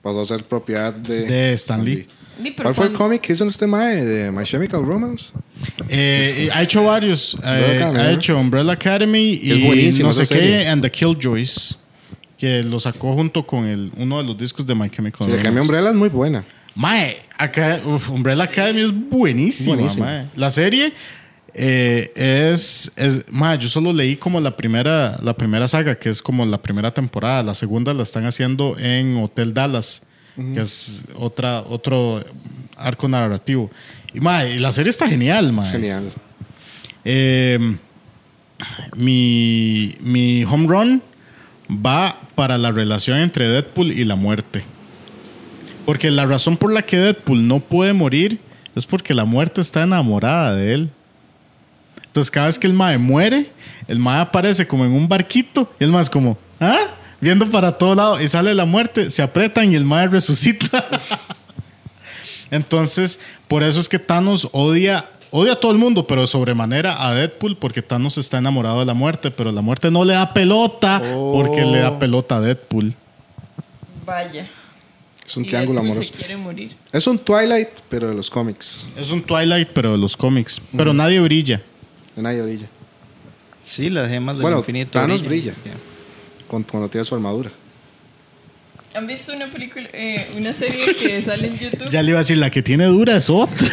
[SPEAKER 2] Pasó a ser propiedad de...
[SPEAKER 3] De Stan Lee.
[SPEAKER 4] Di, pero
[SPEAKER 2] ¿Cuál fue el
[SPEAKER 4] cuando-
[SPEAKER 2] cómic que hizo este mae de My Chemical Romance?
[SPEAKER 3] Eh, y ha hecho varios. Eh,
[SPEAKER 2] Academy,
[SPEAKER 3] ha
[SPEAKER 2] ¿no?
[SPEAKER 3] hecho Umbrella Academy
[SPEAKER 2] Es
[SPEAKER 3] y
[SPEAKER 2] buenísimo
[SPEAKER 3] no
[SPEAKER 2] esa
[SPEAKER 3] sé qué.
[SPEAKER 2] serie.
[SPEAKER 3] And the Killjoys. Que lo sacó junto con el, uno de los discos de My Chemical
[SPEAKER 2] Sí, de
[SPEAKER 3] Romance.
[SPEAKER 2] Cambio Umbrella es muy buena.
[SPEAKER 3] Mae, acá, uf, Umbrella Academy es buenísima,
[SPEAKER 2] Buenísima.
[SPEAKER 3] mae. La serie eh, es, es mae, yo solo leí como la primera, la primera saga, que es como la primera temporada. La segunda la están haciendo en Hotel Dallas, que es otra, otro arco narrativo. Y mae, y la serie está genial, mae.
[SPEAKER 2] Genial.
[SPEAKER 3] Eh, mi, mi home run va para la relación entre Deadpool y la muerte. Porque la razón por la que Deadpool no puede morir es porque la muerte está enamorada de él. Entonces cada vez que el Mae muere, el Mae aparece como en un barquito y el Mae es como, ¿ah? Viendo para todo lado y sale la muerte, se apretan y el Mae resucita. Entonces, por eso es que Thanos odia, odia a todo el mundo, pero de sobremanera a Deadpool, porque Thanos está enamorado de la muerte, pero la muerte no le da pelota, porque le da pelota a Deadpool.
[SPEAKER 4] Vaya.
[SPEAKER 2] Es un
[SPEAKER 4] Y
[SPEAKER 2] triángulo
[SPEAKER 4] Deadpool
[SPEAKER 2] amoroso.
[SPEAKER 4] Se quiere morir.
[SPEAKER 2] Es un Twilight, pero de los cómics.
[SPEAKER 3] Es un Twilight, pero de los cómics. Pero nadie brilla.
[SPEAKER 2] En nadie brilla.
[SPEAKER 1] Sí, las gemas del
[SPEAKER 2] Bueno,
[SPEAKER 1] infinito.
[SPEAKER 2] Thanos
[SPEAKER 1] brillan.
[SPEAKER 2] brilla. Con- Cuando tiene su armadura.
[SPEAKER 4] ¿Han visto una película, eh, una serie que sale en YouTube?
[SPEAKER 3] Ya le iba a decir, la que tiene dura es otra.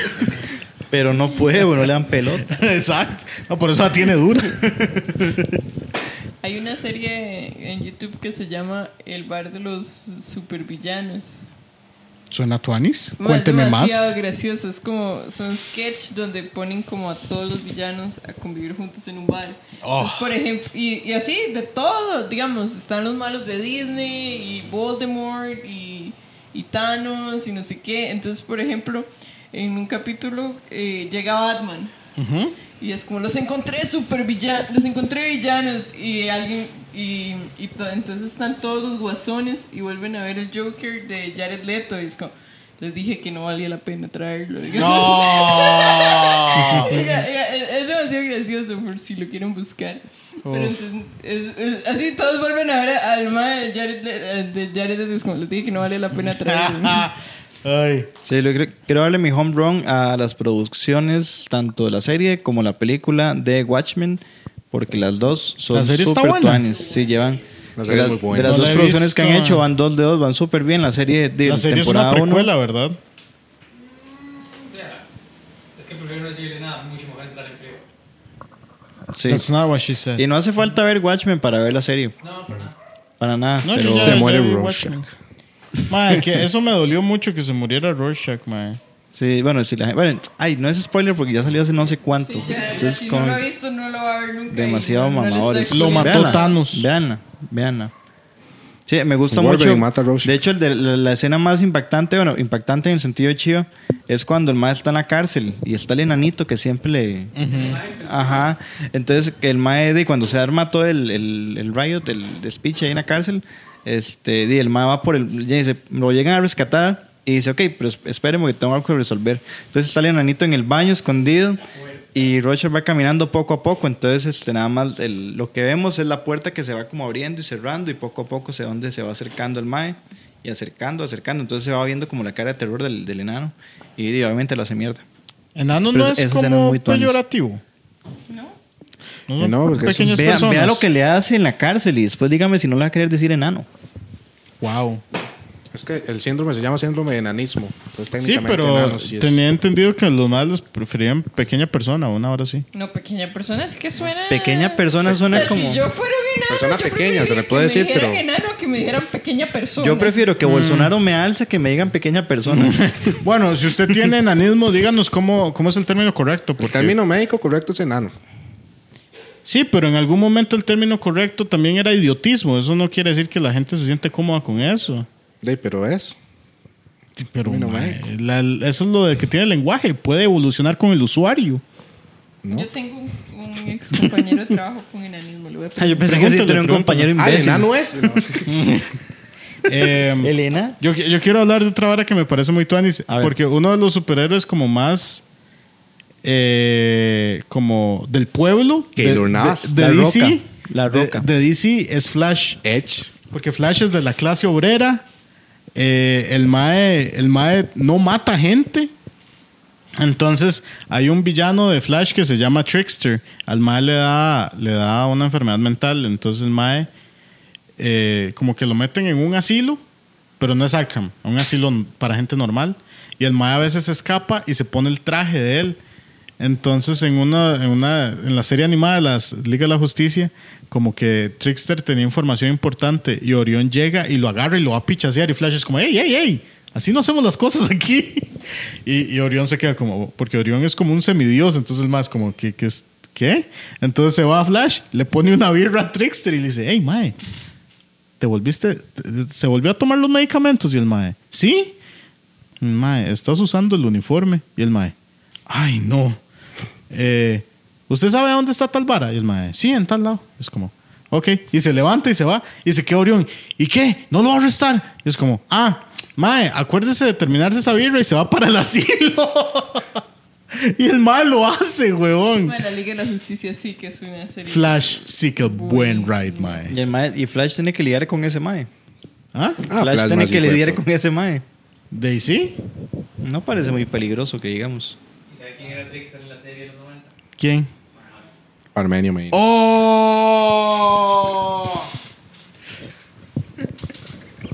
[SPEAKER 1] Pero no puede, bueno, le dan pelota.
[SPEAKER 3] <laughs> Exacto. No, por eso la tiene dura.
[SPEAKER 4] Hay una serie en YouTube que se llama El bar de los supervillanos.
[SPEAKER 3] ¿Suena Tuanis?
[SPEAKER 4] Ma,
[SPEAKER 3] Cuénteme
[SPEAKER 4] Es
[SPEAKER 3] más.
[SPEAKER 4] demasiado gracioso. Es como, son sketch donde ponen como a todos los villanos a convivir juntos en un bar.
[SPEAKER 3] Oh.
[SPEAKER 4] Entonces, por ejemplo, y, y así, de todo, digamos, están los malos de Disney y Voldemort y, y Thanos y no sé qué. Entonces, por ejemplo, en un capítulo eh, llega Batman. Y es como los encontré super villanos, los encontré villanos y alguien y, y to- entonces están todos los guasones y vuelven a ver el Joker de Jared Leto y es como les dije que no valía la pena traerlo. digamos.
[SPEAKER 3] No.
[SPEAKER 4] <laughs> Oiga, oiga, es es demasiado gracioso por si lo quieren buscar. Pero entonces, es- es- así todos vuelven a ver al mae de Jared Leto, de Jared Leto, es como les dije que no vale la pena traerlo.
[SPEAKER 3] <laughs>
[SPEAKER 1] <laughs>
[SPEAKER 3] Ay.
[SPEAKER 1] Sí, lo quiero, quiero darle mi home run a las producciones, tanto de la serie como la película de Watchmen, porque las dos son
[SPEAKER 3] La serie está
[SPEAKER 1] super
[SPEAKER 3] buena.
[SPEAKER 1] tuanis. Sí, llevan.
[SPEAKER 2] La serie
[SPEAKER 1] de,
[SPEAKER 2] es muy buena.
[SPEAKER 1] de las
[SPEAKER 3] No
[SPEAKER 1] dos
[SPEAKER 3] la he
[SPEAKER 1] producciones que han
[SPEAKER 3] visto.
[SPEAKER 1] hecho, van dos de dos, van súper bien. La serie de
[SPEAKER 3] La serie es una
[SPEAKER 1] temporada uno-
[SPEAKER 3] precuela, ¿verdad?
[SPEAKER 5] Vea, Es que prefiero no decirle nada, mucho mejor entrar en frío.
[SPEAKER 1] sí.
[SPEAKER 3] That's not what she said.
[SPEAKER 1] Y no hace falta ver Watchmen para ver la serie,
[SPEAKER 5] No, pero nada.
[SPEAKER 1] para nada.
[SPEAKER 3] No, yo
[SPEAKER 1] pero
[SPEAKER 3] ya-
[SPEAKER 2] Se
[SPEAKER 3] ya
[SPEAKER 2] muere
[SPEAKER 3] vi
[SPEAKER 2] Rorschach.
[SPEAKER 3] Watchmen. Mae, que eso me dolió mucho que se muriera Rorschach, mae.
[SPEAKER 1] Sí, bueno, si la gente- Bueno, ay, no es spoiler porque ya salió hace no sé cuánto.
[SPEAKER 4] Sí, ya, ya,
[SPEAKER 1] Entonces,
[SPEAKER 4] si
[SPEAKER 1] como
[SPEAKER 4] no lo he visto, no lo va a ver nunca.
[SPEAKER 1] demasiado
[SPEAKER 4] y no- no le estoy
[SPEAKER 1] mamadores.
[SPEAKER 3] Lo
[SPEAKER 4] diciendo.
[SPEAKER 3] mató
[SPEAKER 1] Véanla,
[SPEAKER 3] Thanos.
[SPEAKER 1] Véanla, véanla. Sí, me gusta
[SPEAKER 2] Wolverine
[SPEAKER 1] mucho.
[SPEAKER 2] mata a Rorschach.
[SPEAKER 1] de hecho, el de la, la escena más impactante, bueno, impactante en el sentido chido, es cuando el maestro está en la cárcel y está el enanito que siempre le. Ajá. Entonces, que el mae, de cuando se arma todo el, el, el riot, el despiche ahí en la cárcel, este, di, el mae va por el. ya dice, lo llegan a rescatar y dice, ok, pero es- espérenme que tengo algo que resolver. Entonces, está el enanito en el baño escondido y Roger va caminando poco a poco. Entonces, este, nada más el- lo que vemos es la puerta que se va como abriendo y cerrando y poco a poco se donde se va acercando el mae. Y acercando, acercando. Entonces se va viendo como la cara de terror del, del enano. Y di, obviamente lo hace mierda.
[SPEAKER 3] Enano
[SPEAKER 1] Pero
[SPEAKER 3] no es
[SPEAKER 1] esa escena es
[SPEAKER 3] como
[SPEAKER 1] muy tuanis.
[SPEAKER 3] peyorativo.
[SPEAKER 4] No,
[SPEAKER 3] No,
[SPEAKER 2] Eh, no, porque es
[SPEAKER 3] pequeñas
[SPEAKER 1] Vea,
[SPEAKER 3] personas.
[SPEAKER 1] vea lo que le hace en la cárcel y después dígame si no le va a querer decir enano.
[SPEAKER 3] Wow.
[SPEAKER 2] Es que el síndrome se llama síndrome de enanismo. Entonces,
[SPEAKER 3] Sí,
[SPEAKER 2] técnicamente
[SPEAKER 3] pero
[SPEAKER 2] enanos, sí es-
[SPEAKER 3] tenía entendido que los más les preferían pequeña persona, una hora
[SPEAKER 2] <laughs>
[SPEAKER 3] sí.
[SPEAKER 4] no, pequeña persona es que suena.
[SPEAKER 1] Pequeña persona
[SPEAKER 4] O
[SPEAKER 1] suena
[SPEAKER 4] sea,
[SPEAKER 1] como.
[SPEAKER 4] Si
[SPEAKER 1] yo,
[SPEAKER 4] yo fuera un enano.
[SPEAKER 2] Persona
[SPEAKER 4] yo
[SPEAKER 2] pequeña, se le
[SPEAKER 4] preferiría
[SPEAKER 2] puede
[SPEAKER 4] que
[SPEAKER 2] decir,
[SPEAKER 4] me dijeran
[SPEAKER 2] pero-
[SPEAKER 4] enano que me dijeran pequeña persona.
[SPEAKER 1] prefiero que
[SPEAKER 2] Mm.
[SPEAKER 1] Bolsonaro me alce que me digan pequeña
[SPEAKER 2] <laughs>
[SPEAKER 1] persona. <laughs>
[SPEAKER 3] Bueno, si usted tiene enanismo, díganos cómo, cómo es el término correcto.
[SPEAKER 2] El
[SPEAKER 3] porque-
[SPEAKER 2] término médico correcto es enano.
[SPEAKER 3] Sí, pero en algún momento el término correcto también era idiotismo. Eso no quiere decir que la gente se siente cómoda con eso.
[SPEAKER 2] De, pero es.
[SPEAKER 3] Sí, Pero
[SPEAKER 2] Término
[SPEAKER 3] mae, la- eso es lo de que tiene el lenguaje. Puede evolucionar con
[SPEAKER 1] <laughs>
[SPEAKER 3] el usuario.
[SPEAKER 4] Yo tengo un, un ex compañero de trabajo con enanismo. Le voy a
[SPEAKER 1] Ah,
[SPEAKER 4] pedir.
[SPEAKER 1] yo pensé que sí
[SPEAKER 3] Pregúntale,
[SPEAKER 1] tenía un
[SPEAKER 3] pregúntale.
[SPEAKER 1] compañero
[SPEAKER 2] Ah, el
[SPEAKER 1] imbécil.
[SPEAKER 2] enano es. No, sí.
[SPEAKER 3] Em,
[SPEAKER 1] Elena.
[SPEAKER 3] Yo, qui- yo quiero hablar de otra vara que me parece muy tuanis.
[SPEAKER 1] A ver.
[SPEAKER 3] Porque uno de los superhéroes como más... eh, como del pueblo.
[SPEAKER 2] Keylor
[SPEAKER 3] de,
[SPEAKER 2] Navas.
[SPEAKER 3] de- de
[SPEAKER 1] La
[SPEAKER 3] DC.
[SPEAKER 1] Roca. La
[SPEAKER 3] de-
[SPEAKER 1] Roca.
[SPEAKER 3] De, DC es Flash.
[SPEAKER 2] <laughs> Edge.
[SPEAKER 3] Porque Flash es de la clase obrera. eh, el, mae, el mae no mata gente. Entonces hay un villano de Flash que se llama Trickster. Al mae le da, le da una enfermedad mental. Entonces el mae eh, como que lo meten en un asilo, pero no es Arkham, un asilo n- para gente normal. Y el mae a veces escapa y se pone el traje de él. Entonces en una, en una en la serie animada de las Liga de la Justicia, como que Trickster tenía información importante y Orión llega y lo agarra y lo va a pichasear y Flash es como, ¡ey, ey, ey! Así no hacemos las cosas aquí. <laughs> Y, y Orión se queda como, porque Orión es como un semidios, entonces el mae es como, ¿qué? qué, es- qué? Entonces se va a Flash, le pone una birra a Trickster y le dice, ¡ey, mae! ¿Te volviste? te- ¿Se volvió a tomar los medicamentos? Y el mae, ¿sí? Mae, estás usando el uniforme. Y el mae, ay, no. Eh, ¿Usted sabe dónde está tal vara? Y el mae, sí, en tal lado. Es como, ok. Y se levanta y se va. Y se queda Orión. ¿Y qué? ¿No lo va a arrestar? Y es como, ah, mae, acuérdese de terminarse esa birra y se va para el <laughs> asilo. y el mae lo hace, weón.
[SPEAKER 4] Bueno, La Liga de la Justicia sí que es una serie.
[SPEAKER 3] Flash, sí que buen ride, mae.
[SPEAKER 1] Y, el mae- y Flash tiene que lidiar con ese mae.
[SPEAKER 2] Ah,
[SPEAKER 3] ¿Ah?
[SPEAKER 1] Flash,
[SPEAKER 2] Flash
[SPEAKER 1] tiene
[SPEAKER 2] más
[SPEAKER 1] que
[SPEAKER 2] hijo de
[SPEAKER 1] lidiar
[SPEAKER 2] puta.
[SPEAKER 1] con ese mae.
[SPEAKER 3] ¿Daisy?
[SPEAKER 1] No parece muy peligroso que digamos.
[SPEAKER 5] ¿Y sabe quién era Trickster en la serie de los 90?
[SPEAKER 3] ¿Quién?
[SPEAKER 2] Armenio me dijo.
[SPEAKER 3] ¡Oh!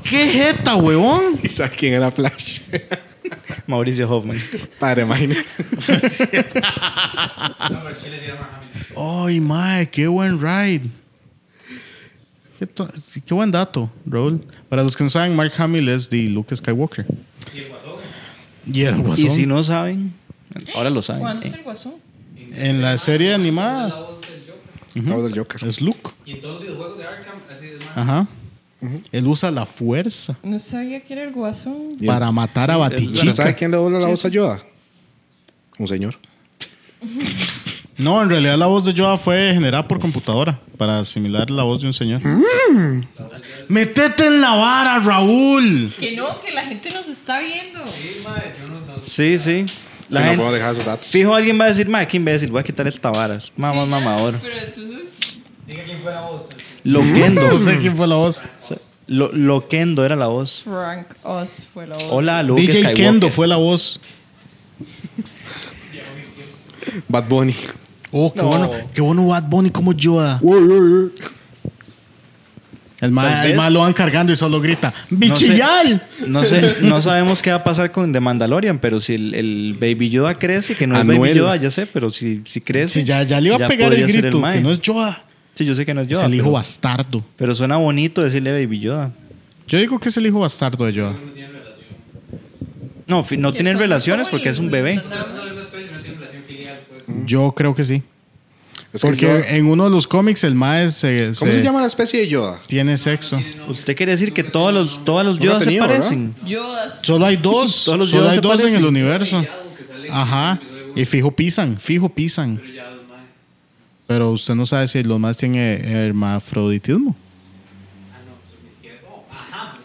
[SPEAKER 3] ¡Qué jeta, huevón!
[SPEAKER 2] <laughs> ¿Y sabes quién era Flash?
[SPEAKER 1] Mauricio Hoffman.
[SPEAKER 2] Padre mine.
[SPEAKER 3] Ah.
[SPEAKER 5] No, pero Chile sí era Mark Hamill.
[SPEAKER 3] ¡Ay, mae! ¡Qué buen ride! Qué, to- qué buen dato, Raúl. Para los que no saben, Mark Hamill es de Luke Skywalker.
[SPEAKER 5] Y el Guasón.
[SPEAKER 3] Y el guasón.
[SPEAKER 1] Y si no saben, ahora lo saben. Eh,
[SPEAKER 4] ¿Cuándo es el guasón?
[SPEAKER 3] En la Eh, serie
[SPEAKER 5] Es la
[SPEAKER 3] animada
[SPEAKER 5] voz del Joker.
[SPEAKER 2] del Joker.
[SPEAKER 3] es Luke.
[SPEAKER 5] Y en todos los videojuegos de Arkham, así es Mark
[SPEAKER 3] Ajá. Él usa la fuerza
[SPEAKER 4] No sabía que era el guasón.
[SPEAKER 2] Y-
[SPEAKER 3] para matar a
[SPEAKER 2] ¿Usted
[SPEAKER 3] Batichica.
[SPEAKER 2] sabe quién le dobla la voz a Yoda? Un señor.
[SPEAKER 3] No, en realidad la voz de Yoda fue generada por computadora para asimilar la voz de un señor. ¡Metete en la vara, Raúl!
[SPEAKER 4] Que no, que la gente nos está viendo.
[SPEAKER 5] Sí, madre, yo no, no-
[SPEAKER 1] Sí, sí. La
[SPEAKER 2] Sí, no
[SPEAKER 1] gente-
[SPEAKER 2] podemos dejar esos datos.
[SPEAKER 1] Fijo, alguien va a decir, mae, qué imbécil, voy a quitar esta vara. Es Mamá,
[SPEAKER 4] Sí,
[SPEAKER 1] mamador.
[SPEAKER 4] Pero entonces.
[SPEAKER 5] Diga quién fue la voz.
[SPEAKER 3] Ah.
[SPEAKER 1] Loquendo.
[SPEAKER 3] No sé quién fue la voz.
[SPEAKER 1] Lo- Loquendo era la voz.
[SPEAKER 4] Frank Oz fue la voz.
[SPEAKER 1] Hola, Luke
[SPEAKER 3] DJ
[SPEAKER 1] Skywalker.
[SPEAKER 3] Kendo fue la voz.
[SPEAKER 2] Bad Bunny.
[SPEAKER 3] Oh, qué bueno. Qué bueno Bad Bunny como Yoda. El
[SPEAKER 1] Tal
[SPEAKER 3] mal,
[SPEAKER 1] vez.
[SPEAKER 3] lo van cargando y solo grita. ¡Bichillal!
[SPEAKER 1] No sé, no sabemos qué va a pasar con The Mandalorian, pero si el, el Baby Yoda crece, que no es Baby
[SPEAKER 2] Anuel.
[SPEAKER 1] Yoda, ya sé, pero si, si crece.
[SPEAKER 3] Sí, ya, ya le iba a pegar el
[SPEAKER 1] podría ser
[SPEAKER 3] grito,
[SPEAKER 1] mae.
[SPEAKER 3] que no es Yoda.
[SPEAKER 1] Sí, yo sé que no es Yoda.
[SPEAKER 3] es el hijo
[SPEAKER 1] pero,
[SPEAKER 3] bastardo.
[SPEAKER 1] pero suena bonito decirle Baby Yoda.
[SPEAKER 3] Yo digo que es el hijo bastardo de Yoda.
[SPEAKER 1] No, fi- no
[SPEAKER 4] Que
[SPEAKER 1] tienen
[SPEAKER 4] son
[SPEAKER 1] relaciones
[SPEAKER 4] como
[SPEAKER 1] porque es un bebé.
[SPEAKER 5] Entonces no es una especie, no tiene relación filial, pues.
[SPEAKER 3] Yo creo que sí.
[SPEAKER 2] Es que
[SPEAKER 3] Porque eh,
[SPEAKER 2] Yoda-
[SPEAKER 3] en uno de los cómics el mae se,
[SPEAKER 2] ¿Cómo se llama la especie de Yoda?
[SPEAKER 3] tiene sexo.
[SPEAKER 1] ¿Usted quiere decir que todos los, todos los
[SPEAKER 2] No lo
[SPEAKER 1] Yodas se
[SPEAKER 2] tenía, ¿verdad?
[SPEAKER 1] parecen?
[SPEAKER 4] Yodas.
[SPEAKER 3] Solo hay
[SPEAKER 1] <laughs>
[SPEAKER 3] dos.
[SPEAKER 1] Todos los
[SPEAKER 3] solo
[SPEAKER 1] Yodas
[SPEAKER 3] hay
[SPEAKER 1] se
[SPEAKER 3] dos en
[SPEAKER 1] parecen.
[SPEAKER 3] el universo. Ajá. Y fijo pisan, fijo pisan. Pero usted no sabe si los más tienen hermafroditismo.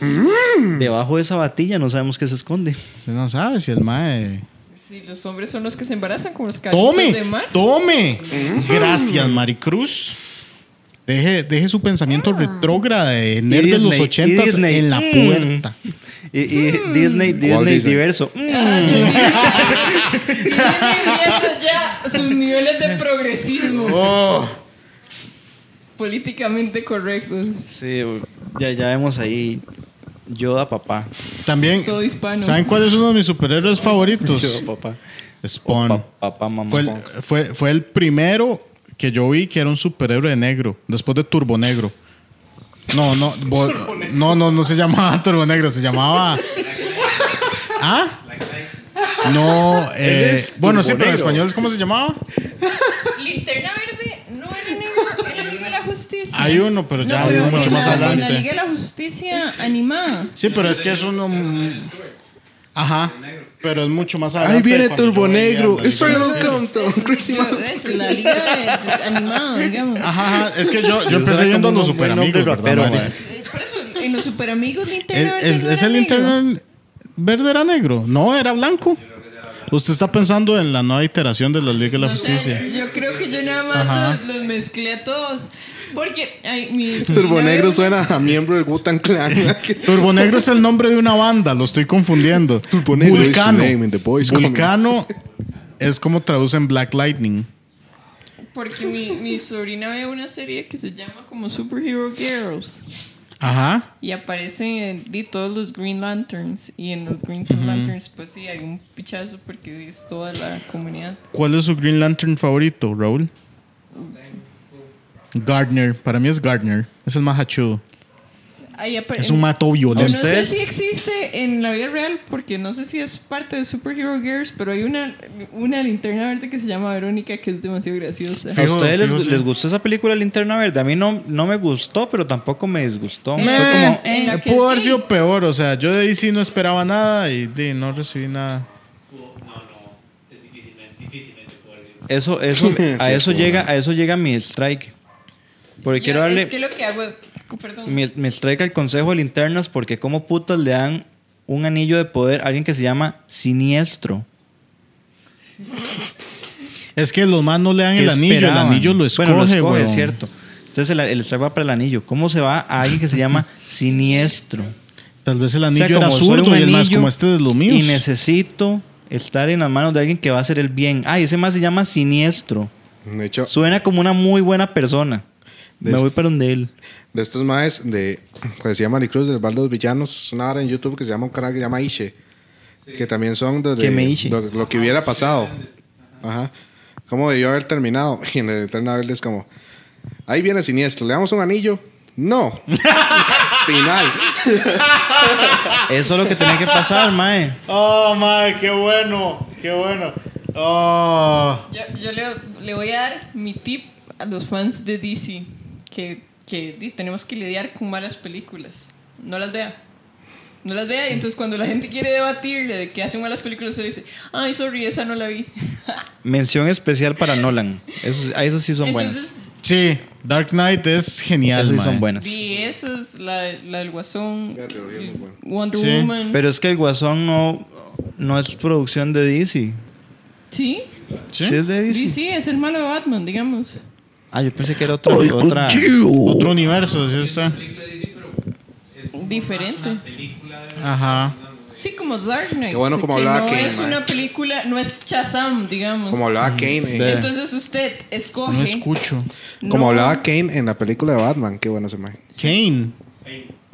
[SPEAKER 3] Mm.
[SPEAKER 1] Debajo de esa batilla no sabemos qué se esconde. <laughs>
[SPEAKER 3] Usted no sabe si el mae.
[SPEAKER 4] Sí, los hombres son los que se embarazan con los caballitos de
[SPEAKER 3] ¡Tome!
[SPEAKER 4] mar. Mm.
[SPEAKER 3] ¡Tome! Gracias, Maricruz. Deje, deje su
[SPEAKER 4] Ah.
[SPEAKER 3] pensamiento retrógrada de nerd de los
[SPEAKER 1] Disney, y
[SPEAKER 3] ochentas
[SPEAKER 1] Disney.
[SPEAKER 3] en la
[SPEAKER 1] Mm.
[SPEAKER 3] puerta.
[SPEAKER 1] Y, y
[SPEAKER 4] Mm.
[SPEAKER 1] Disney, Disney
[SPEAKER 2] Disney.
[SPEAKER 1] diverso. Mm.
[SPEAKER 4] <laughs> Y vienen viendo ya sus niveles de progresismo. Oh. Políticamente correctos.
[SPEAKER 1] Sí, ya, ya vemos ahí Yoda papá.
[SPEAKER 3] También,
[SPEAKER 4] Todo hispano.
[SPEAKER 3] ¿saben cuál es uno de mis superhéroes favoritos?
[SPEAKER 1] Yoda papá.
[SPEAKER 3] Spawn.
[SPEAKER 1] Pa- papá mamá.
[SPEAKER 3] Fue el, fue, fue el primero que yo vi que era un superhéroe negro, después de Turbo Negro. No, no, bo- no, no, no se llamaba <laughs> Turbo Negro, se llamaba. ¿Ah? No, eh,
[SPEAKER 1] es
[SPEAKER 3] bueno,
[SPEAKER 1] Turbo
[SPEAKER 3] sí, pero
[SPEAKER 1] Negro.
[SPEAKER 3] en español, ¿cómo se llamaba?
[SPEAKER 4] Linterna Verde no era negro, era la Liga de la Justicia.
[SPEAKER 3] Hay uno, pero ya
[SPEAKER 4] pero
[SPEAKER 3] hubo mucho
[SPEAKER 4] en
[SPEAKER 3] más
[SPEAKER 4] la- en
[SPEAKER 3] adelante.
[SPEAKER 4] La Liga de la Justicia animada.
[SPEAKER 3] Sí, pero es que es uno. Ajá, pero es mucho más adelante.
[SPEAKER 2] Ahí viene
[SPEAKER 3] cuando
[SPEAKER 2] Turbo
[SPEAKER 3] yo veía
[SPEAKER 2] Negro.
[SPEAKER 3] la
[SPEAKER 2] It's
[SPEAKER 3] Liga de la
[SPEAKER 2] Turbo
[SPEAKER 3] Justicia.
[SPEAKER 2] Negro. Crazy
[SPEAKER 4] Yo- es Este, la Liga de- de- animada, digamos.
[SPEAKER 3] Ajá, ajá, es que
[SPEAKER 1] Sí,
[SPEAKER 3] yo, yo
[SPEAKER 1] suena
[SPEAKER 3] empecé viendo a
[SPEAKER 1] como
[SPEAKER 3] los
[SPEAKER 1] un buen nombre
[SPEAKER 3] superamigos, ¿verdad,
[SPEAKER 1] rapero,
[SPEAKER 3] Mari?
[SPEAKER 1] mae.
[SPEAKER 4] Eh, Por eso, en los superamigos Linterna
[SPEAKER 3] Eh, ¿Es,
[SPEAKER 4] Verde.
[SPEAKER 3] es,
[SPEAKER 4] no
[SPEAKER 3] es
[SPEAKER 4] era
[SPEAKER 3] el
[SPEAKER 4] negro.
[SPEAKER 3] internet verde era negro? No, era blanco. Usted está pensando en la nueva iteración de la Liga de la
[SPEAKER 4] No sé,
[SPEAKER 3] Justicia.
[SPEAKER 4] yo creo que yo nada
[SPEAKER 3] Ajá.
[SPEAKER 4] más los, los mezclé a todos. Porque ay, mi
[SPEAKER 2] Turbo
[SPEAKER 4] sobrina-
[SPEAKER 2] Negro suena a miembro del Wu-Tang Clan.
[SPEAKER 3] Turbo Negro es el nombre de una banda, lo estoy confundiendo.
[SPEAKER 2] Turbo Negro is the
[SPEAKER 3] Vulcano.
[SPEAKER 2] name in the boys'
[SPEAKER 3] Vulcano es como traducen Black Lightning.
[SPEAKER 4] Porque mi, mi sobrina ve una serie que se llama como Superhero Girls.
[SPEAKER 3] Ajá.
[SPEAKER 4] Y aparecen de todos los Green Lanterns. Y en los Green Lanterns, pues sí, hay un pichazo porque es toda la comunidad.
[SPEAKER 3] ¿Cuál es su Green Lantern favorito, Raúl? Gardner. Para mí es Gardner. Es el más hachudo.
[SPEAKER 4] Ahí apare-
[SPEAKER 3] Es un mato
[SPEAKER 4] No
[SPEAKER 3] violento.
[SPEAKER 4] sé
[SPEAKER 1] ¿Ustedes?
[SPEAKER 4] si existe en la vida real, porque no sé si es parte de Superhero Girls, pero hay una, una linterna verde que se llama Verónica que es demasiado graciosa.
[SPEAKER 1] ¿A
[SPEAKER 3] Fijo,
[SPEAKER 1] ustedes les,
[SPEAKER 3] fijo, sí.
[SPEAKER 1] les gustó esa película Linterna Verde? A mí no, no me gustó, pero tampoco me disgustó. Fue
[SPEAKER 3] Meh,
[SPEAKER 1] como-
[SPEAKER 4] en
[SPEAKER 3] eh,
[SPEAKER 4] aquel
[SPEAKER 3] pudo haber
[SPEAKER 4] día.
[SPEAKER 3] sido peor, o sea, yo de ahí sí no esperaba nada y de, no recibí nada.
[SPEAKER 5] No, no, es difícilmente, difícilmente puedo decir.
[SPEAKER 1] eso, eso, <laughs> a eso llega, a eso llega mi strike. Porque
[SPEAKER 4] Yo-
[SPEAKER 1] quiero darle
[SPEAKER 4] Es que lo que hago. Perdón.
[SPEAKER 1] mi, mi strike al consejo de linternas, porque como putas le dan un anillo de poder a alguien que se llama siniestro.
[SPEAKER 3] Es que los más no le dan
[SPEAKER 1] ¿Qué
[SPEAKER 3] Ah, el anillo,
[SPEAKER 1] esperaban?
[SPEAKER 3] el anillo lo escoge,
[SPEAKER 1] Bueno, lo escoge,
[SPEAKER 3] weón.
[SPEAKER 1] es cierto. Entonces el, el strike va para el anillo. ¿Cómo se va a alguien que se
[SPEAKER 3] <laughs>
[SPEAKER 1] llama siniestro?
[SPEAKER 3] Tal vez el
[SPEAKER 1] O sea,
[SPEAKER 3] anillo era
[SPEAKER 1] como soy
[SPEAKER 3] zurdo
[SPEAKER 1] un
[SPEAKER 3] y el más
[SPEAKER 1] anillo
[SPEAKER 3] como este de los
[SPEAKER 1] Y
[SPEAKER 3] míos.
[SPEAKER 1] necesito estar en las manos de alguien que va a hacer el bien. Ay, ese más se llama siniestro.
[SPEAKER 2] De hecho,
[SPEAKER 1] Suena como una muy buena persona. Me
[SPEAKER 2] Des-
[SPEAKER 1] voy para donde él.
[SPEAKER 2] de estos maes, de, como decía Maricruz, del bar de los villanos, es una hora en YouTube que se llama un canal que se llama Ishe. Que también son desde
[SPEAKER 1] Que me Ishe.
[SPEAKER 2] Lo, lo que hubiera pasado. Ajá. ¿Cómo debió haber terminado? <laughs> Y en el Eterna Verde es como, ahí viene siniestro, ¿le damos un anillo? No. <laughs> Final.
[SPEAKER 1] Eso es lo que tenía que
[SPEAKER 3] <laughs>
[SPEAKER 1] pasar, mae.
[SPEAKER 3] Oh, madre, qué bueno, qué bueno. Oh.
[SPEAKER 4] Yo, yo le, le voy a dar mi tip a los fans de DC: que, que di, tenemos que lidiar con malas películas. No las vea. No las vea. Y entonces, cuando la gente quiere debatirle de que hacen malas películas, se dice: Ay, sorry, esa no la vi.
[SPEAKER 1] Mención especial para Nolan. Eso, a esas sí <laughs> son
[SPEAKER 4] entonces,
[SPEAKER 1] buenas.
[SPEAKER 3] Sí, Dark Knight es genial,
[SPEAKER 1] Esas sí
[SPEAKER 3] mae.
[SPEAKER 1] son buenas.
[SPEAKER 4] vi esas, la, la del Guasón,
[SPEAKER 2] La teoría es muy buena.
[SPEAKER 4] Wonder
[SPEAKER 3] Sí.
[SPEAKER 4] Woman.
[SPEAKER 1] Pero es que el Guasón no, no es producción de DC.
[SPEAKER 4] sí,
[SPEAKER 1] ¿Sí?
[SPEAKER 3] ¿Sí?
[SPEAKER 1] es de DC.
[SPEAKER 4] DC es el malo de Batman, digamos.
[SPEAKER 1] Ah, yo pensé que era otra. otra.
[SPEAKER 3] Otro universo, ¿sí está?
[SPEAKER 4] Diferente.
[SPEAKER 3] Ajá.
[SPEAKER 4] Sí, como Dark Knight.
[SPEAKER 2] Qué bueno como
[SPEAKER 4] que
[SPEAKER 2] hablaba
[SPEAKER 4] No
[SPEAKER 2] Kane,
[SPEAKER 4] es
[SPEAKER 2] mae.
[SPEAKER 4] una película, no es Shazam, digamos.
[SPEAKER 2] Como hablaba Kane. en-
[SPEAKER 1] De-
[SPEAKER 4] Entonces usted escoge.
[SPEAKER 3] Eh, No escucho.
[SPEAKER 4] no-
[SPEAKER 2] Como hablaba Kane en la película de Batman. Qué bueno ese mae.
[SPEAKER 3] Kane.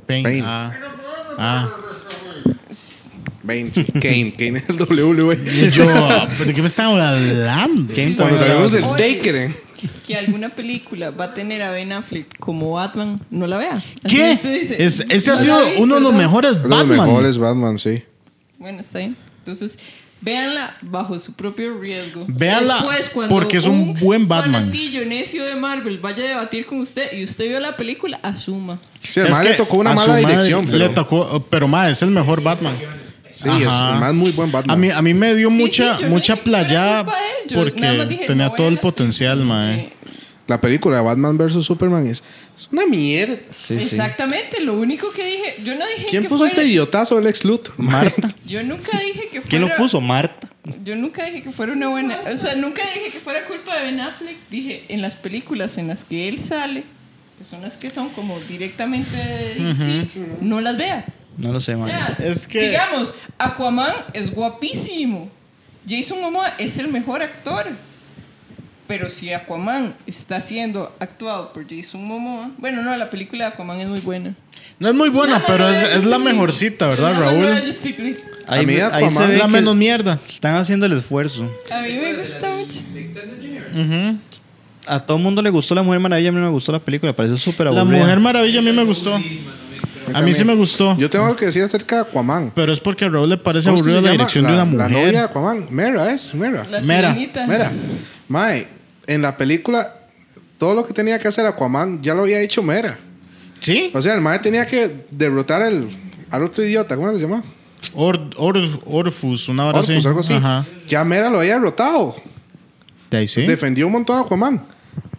[SPEAKER 3] Pain.
[SPEAKER 2] Pain.
[SPEAKER 3] Ah. Ah.
[SPEAKER 2] Bane, sí, Kane. Kane es el WWE.
[SPEAKER 1] <laughs>
[SPEAKER 3] Y yo, ¿de qué me están hablando?
[SPEAKER 1] Kane también-
[SPEAKER 2] Cuando sabemos el
[SPEAKER 4] Oye.
[SPEAKER 2] Taker, ¿eh?
[SPEAKER 4] que alguna película va a tener a Ben Affleck como Batman, no la vea. Así
[SPEAKER 3] ¿Qué?
[SPEAKER 4] usted dice,
[SPEAKER 3] Es- ese ha
[SPEAKER 4] "No
[SPEAKER 3] sido
[SPEAKER 4] la vi,
[SPEAKER 3] uno de los
[SPEAKER 4] perdón".
[SPEAKER 3] mejores
[SPEAKER 2] Es de los
[SPEAKER 3] Batman.
[SPEAKER 2] mejores Batman, sí.
[SPEAKER 4] Bueno, está bien. Entonces, véanla bajo su propio riesgo.
[SPEAKER 3] Véanla porque es un buen Batman.
[SPEAKER 4] fanatillo necio de Marvel vaya a debatir con usted y usted vio la película, asuma.
[SPEAKER 2] Sí, el
[SPEAKER 3] Es
[SPEAKER 2] man
[SPEAKER 3] que
[SPEAKER 2] le tocó una
[SPEAKER 3] a su
[SPEAKER 2] mala
[SPEAKER 3] madre
[SPEAKER 2] dirección,
[SPEAKER 3] Le
[SPEAKER 2] pero.
[SPEAKER 3] tocó, pero más, es el mejor Batman.
[SPEAKER 2] sí, es
[SPEAKER 3] Ajá.
[SPEAKER 2] el man muy buen Batman.
[SPEAKER 3] A mí, a mí me dio
[SPEAKER 4] Sí,
[SPEAKER 3] mucha,
[SPEAKER 4] sí, yo
[SPEAKER 3] mucha
[SPEAKER 4] le-
[SPEAKER 3] playa
[SPEAKER 4] yo era culpa de ellos. Nada
[SPEAKER 3] porque
[SPEAKER 4] más dije,
[SPEAKER 3] tenía
[SPEAKER 4] no
[SPEAKER 3] todo el
[SPEAKER 4] era-
[SPEAKER 3] potencial,
[SPEAKER 4] Eh,
[SPEAKER 3] mae.
[SPEAKER 2] La película de Batman vs Superman es, es una mierda.
[SPEAKER 1] Sí, sí.
[SPEAKER 4] Exactamente, lo único que dije, yo no dije
[SPEAKER 2] ¿Quién
[SPEAKER 4] que
[SPEAKER 2] puso
[SPEAKER 4] fuera-
[SPEAKER 2] este idiotazo del ex Luthor? Marta.
[SPEAKER 4] Yo nunca dije que fuera
[SPEAKER 1] ¿Quién lo puso? Marta.
[SPEAKER 4] Yo nunca dije que fuera una buena, o sea, nunca dije que fuera culpa de Ben Affleck, dije en las películas en las que él sale, que son las que son como directamente de DC, no las vea.
[SPEAKER 1] No lo sé,
[SPEAKER 4] O
[SPEAKER 1] man.
[SPEAKER 4] sea,
[SPEAKER 3] Es que-
[SPEAKER 4] digamos, Aquaman es guapísimo. Jason Momoa es el mejor actor. Pero si Aquaman está siendo actuado por Jason Momoa, bueno, no, la película de Aquaman es muy buena.
[SPEAKER 3] No es muy buena, pero es, es la mejorcita, ¿verdad,
[SPEAKER 4] Nada más no vea
[SPEAKER 3] Raúl?
[SPEAKER 4] Justice League.
[SPEAKER 1] Ahí,
[SPEAKER 2] A mí Aquaman
[SPEAKER 1] ahí se
[SPEAKER 3] Es
[SPEAKER 1] ve
[SPEAKER 3] la
[SPEAKER 1] que
[SPEAKER 3] menos mierda.
[SPEAKER 1] están haciendo el esfuerzo.
[SPEAKER 4] A mí me gusta mucho.
[SPEAKER 5] The Extended Universe.
[SPEAKER 1] A todo mundo le gustó La Mujer Maravilla, a mí no me gustó la película, pareció súper
[SPEAKER 3] La
[SPEAKER 1] aburrida.
[SPEAKER 3] Mujer Maravilla a mí me gustó. A mí sí me gustó.
[SPEAKER 2] Yo tengo algo que decir acerca de Aquaman.
[SPEAKER 3] Pero es porque a Raúl le parece
[SPEAKER 2] ¿Cómo es que
[SPEAKER 3] aburrida
[SPEAKER 2] se llama?
[SPEAKER 3] la dirección de una
[SPEAKER 2] La novia de
[SPEAKER 3] mujer.
[SPEAKER 2] Aquaman. Mera es, Mera.
[SPEAKER 4] La
[SPEAKER 3] Mera,
[SPEAKER 4] sirenita.
[SPEAKER 2] Mera. Mae, en la película, todo lo que tenía que hacer Aquaman ya lo había hecho Mera.
[SPEAKER 3] ¿Sí?
[SPEAKER 2] O sea, el mae tenía que derrotar al, al otro idiota, ¿cómo se llama?
[SPEAKER 3] Or- Or- Orfus, una hora
[SPEAKER 2] Orfus,
[SPEAKER 3] así.
[SPEAKER 2] algo así.
[SPEAKER 3] Ajá.
[SPEAKER 2] Ya Mera lo había derrotado.
[SPEAKER 3] De ahí sí.
[SPEAKER 2] Defendió un montón a Aquaman.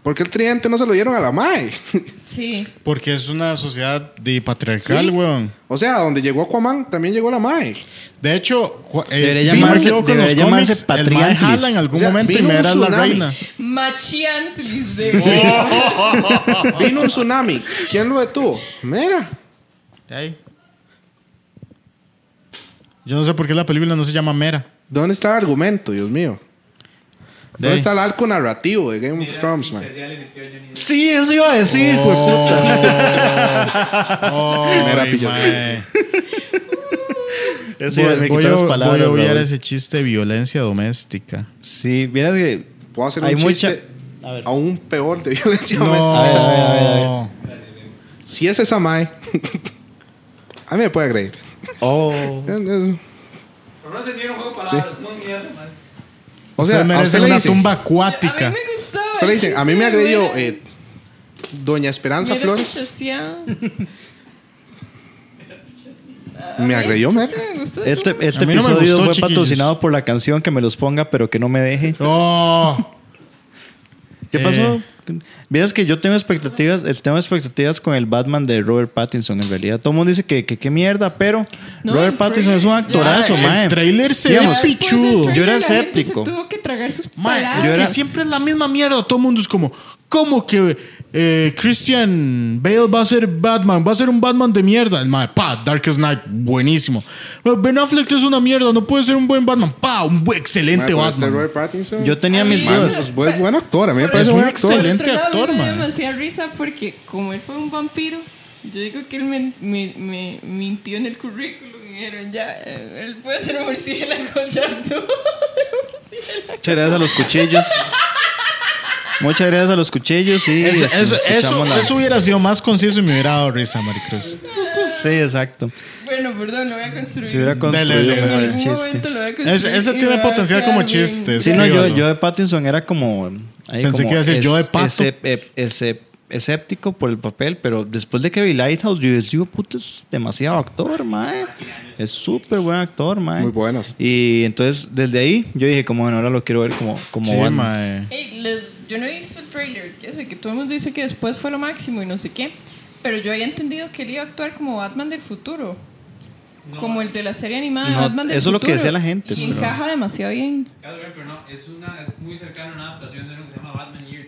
[SPEAKER 2] Porque el tridente no se lo dieron a la mae. <laughs>
[SPEAKER 4] Sí.
[SPEAKER 3] Porque es una sociedad de patriarcal,
[SPEAKER 2] Sí.
[SPEAKER 3] weón.
[SPEAKER 2] o sea, donde llegó Aquaman, también llegó la mae.
[SPEAKER 3] De hecho, Ju- eh,
[SPEAKER 1] Debería
[SPEAKER 3] si no me
[SPEAKER 1] llamarse-
[SPEAKER 3] equivoco, en los
[SPEAKER 1] debería
[SPEAKER 3] cómics,
[SPEAKER 1] llamarse
[SPEAKER 3] el mae
[SPEAKER 1] Patriantlis.
[SPEAKER 3] jala en algún
[SPEAKER 2] O sea,
[SPEAKER 3] momento y
[SPEAKER 2] vino un
[SPEAKER 3] Mera es la
[SPEAKER 2] tsunami.
[SPEAKER 3] reina.
[SPEAKER 4] Machiantlis de
[SPEAKER 2] Vino un tsunami. ¿Quién lo detuvo? Mera.
[SPEAKER 3] Ey. Yo no sé por qué la película no se llama Mera.
[SPEAKER 2] ¿Dónde está el argumento, Dios mío? ¿Dónde
[SPEAKER 3] Ey.
[SPEAKER 2] está el arco narrativo de Game of Thrones, man?
[SPEAKER 5] Ya le metió a Johnny Depp.
[SPEAKER 1] Sí, eso iba a decir,
[SPEAKER 3] Oh.
[SPEAKER 1] puta.
[SPEAKER 3] Ay,
[SPEAKER 1] <laughs> Mera pillo.
[SPEAKER 3] Oh, mae.
[SPEAKER 1] Eso iba-
[SPEAKER 3] Voy,
[SPEAKER 1] me
[SPEAKER 3] voy
[SPEAKER 1] quitó
[SPEAKER 3] a,
[SPEAKER 1] las palabras,
[SPEAKER 3] voy a obviar
[SPEAKER 1] Raúl.
[SPEAKER 3] ese chiste de
[SPEAKER 1] <laughs>
[SPEAKER 3] violencia doméstica.
[SPEAKER 1] Sí, vieras que
[SPEAKER 2] Puedo hacer
[SPEAKER 1] Hay
[SPEAKER 2] un
[SPEAKER 1] mucha-
[SPEAKER 2] chiste aún peor de violencia
[SPEAKER 3] No.
[SPEAKER 2] doméstica.
[SPEAKER 1] ver, a ver, a ver, a
[SPEAKER 2] Si es esa mae, <laughs> a mí me puede creer.
[SPEAKER 1] Oh.
[SPEAKER 5] Por no se dieron juego de palabras, no mierda más.
[SPEAKER 2] O
[SPEAKER 3] Usted
[SPEAKER 2] sea, a
[SPEAKER 3] merece
[SPEAKER 2] usted le
[SPEAKER 3] una
[SPEAKER 2] dicen,
[SPEAKER 3] tumba
[SPEAKER 4] A
[SPEAKER 3] acuática.
[SPEAKER 4] mí me gustaba.
[SPEAKER 2] usted le dicen, a mí me agredió eh, Doña Esperanza Flores. <laughs> Me agredió,
[SPEAKER 4] me.
[SPEAKER 2] Mera.
[SPEAKER 4] gustó
[SPEAKER 1] Este,
[SPEAKER 4] eso.
[SPEAKER 1] este
[SPEAKER 3] A mí no me
[SPEAKER 1] episodio
[SPEAKER 3] gustó,
[SPEAKER 1] fue
[SPEAKER 3] chiquillos.
[SPEAKER 1] patrocinado por la canción que me los ponga, pero que no me deje.
[SPEAKER 3] Oh.
[SPEAKER 1] ¿Qué
[SPEAKER 3] Eh.
[SPEAKER 1] pasó? Vieras que yo tengo expectativas, eh, tengo expectativas con el Batman de Robert Pattinson en realidad. Todo el mundo dice que que qué mierda, pero
[SPEAKER 4] No,
[SPEAKER 1] Robert
[SPEAKER 4] el
[SPEAKER 1] Pattinson
[SPEAKER 4] trailer.
[SPEAKER 1] es un actorazo,
[SPEAKER 4] Ya,
[SPEAKER 1] mae.
[SPEAKER 3] El trailer se ve
[SPEAKER 1] Digamos,
[SPEAKER 4] Después este del
[SPEAKER 3] pichudo.
[SPEAKER 4] trailer,
[SPEAKER 1] Yo era
[SPEAKER 4] la gente
[SPEAKER 1] escéptico.
[SPEAKER 4] Se tuvo que tragar sus
[SPEAKER 3] Mae,
[SPEAKER 4] palabras.
[SPEAKER 3] es
[SPEAKER 1] Yo
[SPEAKER 3] que
[SPEAKER 1] era-
[SPEAKER 3] siempre es la misma mierda. Todo el mundo es como, ¿cómo que eh, Christian Bale va a ser Batman? Va a ser un Batman de mierda. El mae, pa, Darkest Knight, buenísimo. Ben Affleck es una mierda, no puede ser un buen Batman. Pa, un buen- excelente
[SPEAKER 2] Mae, este
[SPEAKER 3] Batman.
[SPEAKER 2] Robert Pattinson.
[SPEAKER 1] Yo tenía
[SPEAKER 4] A
[SPEAKER 1] mis
[SPEAKER 4] mí me
[SPEAKER 1] dudas.
[SPEAKER 2] Es Pues, buen, buen actor, a mí me
[SPEAKER 4] Por
[SPEAKER 2] parece
[SPEAKER 4] eso-
[SPEAKER 2] buen
[SPEAKER 3] Pues, un
[SPEAKER 2] actor.
[SPEAKER 4] por otro
[SPEAKER 3] excelente
[SPEAKER 4] lado,
[SPEAKER 3] actor,
[SPEAKER 4] Me
[SPEAKER 3] mae.
[SPEAKER 4] dio demasiada risa porque, como él fue un vampiro, yo digo que él me, me, me mintió en el currículum. Y dijeron, ya, eh, él puede ser un murciélago, <laughs> ya no. Murciélago.
[SPEAKER 1] Muchas gracias a los cuchillos. Muchas gracias a los cuchillos y
[SPEAKER 3] Eso, eso,
[SPEAKER 1] escuchamos
[SPEAKER 3] eso-
[SPEAKER 1] la-
[SPEAKER 3] eso hubiera sido más conciso y me hubiera dado risa, Maricruz.
[SPEAKER 1] Sí, exacto.
[SPEAKER 4] Bueno, perdón, lo voy a construir.
[SPEAKER 1] Si hubiera construido
[SPEAKER 3] Mm. Dale, dale,
[SPEAKER 4] En
[SPEAKER 1] mejor
[SPEAKER 4] algún
[SPEAKER 1] el chiste.
[SPEAKER 4] momento lo voy a construir.
[SPEAKER 3] Ese, ese
[SPEAKER 4] y
[SPEAKER 3] tiene
[SPEAKER 4] me va a
[SPEAKER 3] potencial
[SPEAKER 4] quedar
[SPEAKER 3] como
[SPEAKER 4] bien.
[SPEAKER 3] chiste.
[SPEAKER 1] Sí, no, yo,
[SPEAKER 3] escríbalo.
[SPEAKER 1] yo de Pattinson era como. ahí
[SPEAKER 3] Pensé
[SPEAKER 1] como
[SPEAKER 3] que iba a decir yo de pato.
[SPEAKER 1] ep- ese- escéptico por el papel, pero después de que vi Lighthouse, yo decía, puta, es demasiado actor, mae. Es súper buen actor, mae.
[SPEAKER 2] Muy buenas.
[SPEAKER 1] Y entonces, desde ahí, yo dije, como, bueno, ahora lo quiero ver como, como
[SPEAKER 3] Sí,
[SPEAKER 1] Batman.
[SPEAKER 3] mae.
[SPEAKER 4] Ey, les- yo no he visto el trailer. Yo sé que todo el mundo dice que después fue lo máximo y no sé qué. Pero yo había entendido que él iba a actuar como Batman del futuro. Como el de la serie animada de
[SPEAKER 1] No,
[SPEAKER 4] Batman del
[SPEAKER 1] eso es lo
[SPEAKER 4] futuro.
[SPEAKER 1] que decía la gente,
[SPEAKER 4] Y
[SPEAKER 1] pero-
[SPEAKER 4] encaja demasiado bien.
[SPEAKER 5] Claro, pero no, es, una, es muy cercana a una adaptación de uno que se llama Batman Year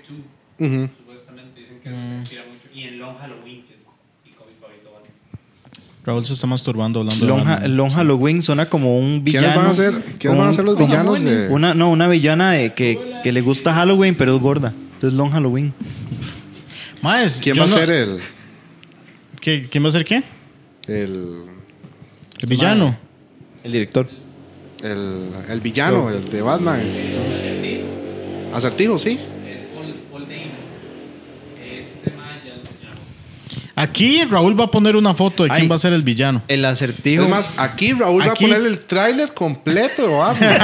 [SPEAKER 5] 2. Supuestamente dicen
[SPEAKER 3] Mm.
[SPEAKER 5] que eso se inspira mucho. Y en Long Halloween, que es mi cómic favorito Batman.
[SPEAKER 3] Raúl se está masturbando hablando de
[SPEAKER 1] Long,
[SPEAKER 3] Batman.
[SPEAKER 1] Long Halloween suena como un villano.
[SPEAKER 2] ¿Quiénes van a ser, quiénes
[SPEAKER 1] con-
[SPEAKER 2] van a ser los
[SPEAKER 4] con
[SPEAKER 2] villanos de.?
[SPEAKER 1] Una, no, una villana de que, que le gusta Halloween, pero es gorda. Entonces, Long Halloween.
[SPEAKER 3] Mae, es-
[SPEAKER 2] ¿Quién
[SPEAKER 3] yo
[SPEAKER 2] va
[SPEAKER 3] no-
[SPEAKER 2] a ser el.
[SPEAKER 3] ¿Qué- ¿Quién va a ser qué?
[SPEAKER 2] el. Este
[SPEAKER 3] El villano.
[SPEAKER 1] El director.
[SPEAKER 2] el, el villano, el de Batman? Acertijo, sí.
[SPEAKER 5] Es Paul, Paul
[SPEAKER 3] Aquí Raúl va a poner una foto de quién
[SPEAKER 1] Ay.
[SPEAKER 3] va a ser el villano.
[SPEAKER 1] El acertijo.
[SPEAKER 2] Es más, aquí Raúl va a
[SPEAKER 3] Aquí-
[SPEAKER 2] poner el tráiler completo de
[SPEAKER 3] <laughs>
[SPEAKER 2] Batman.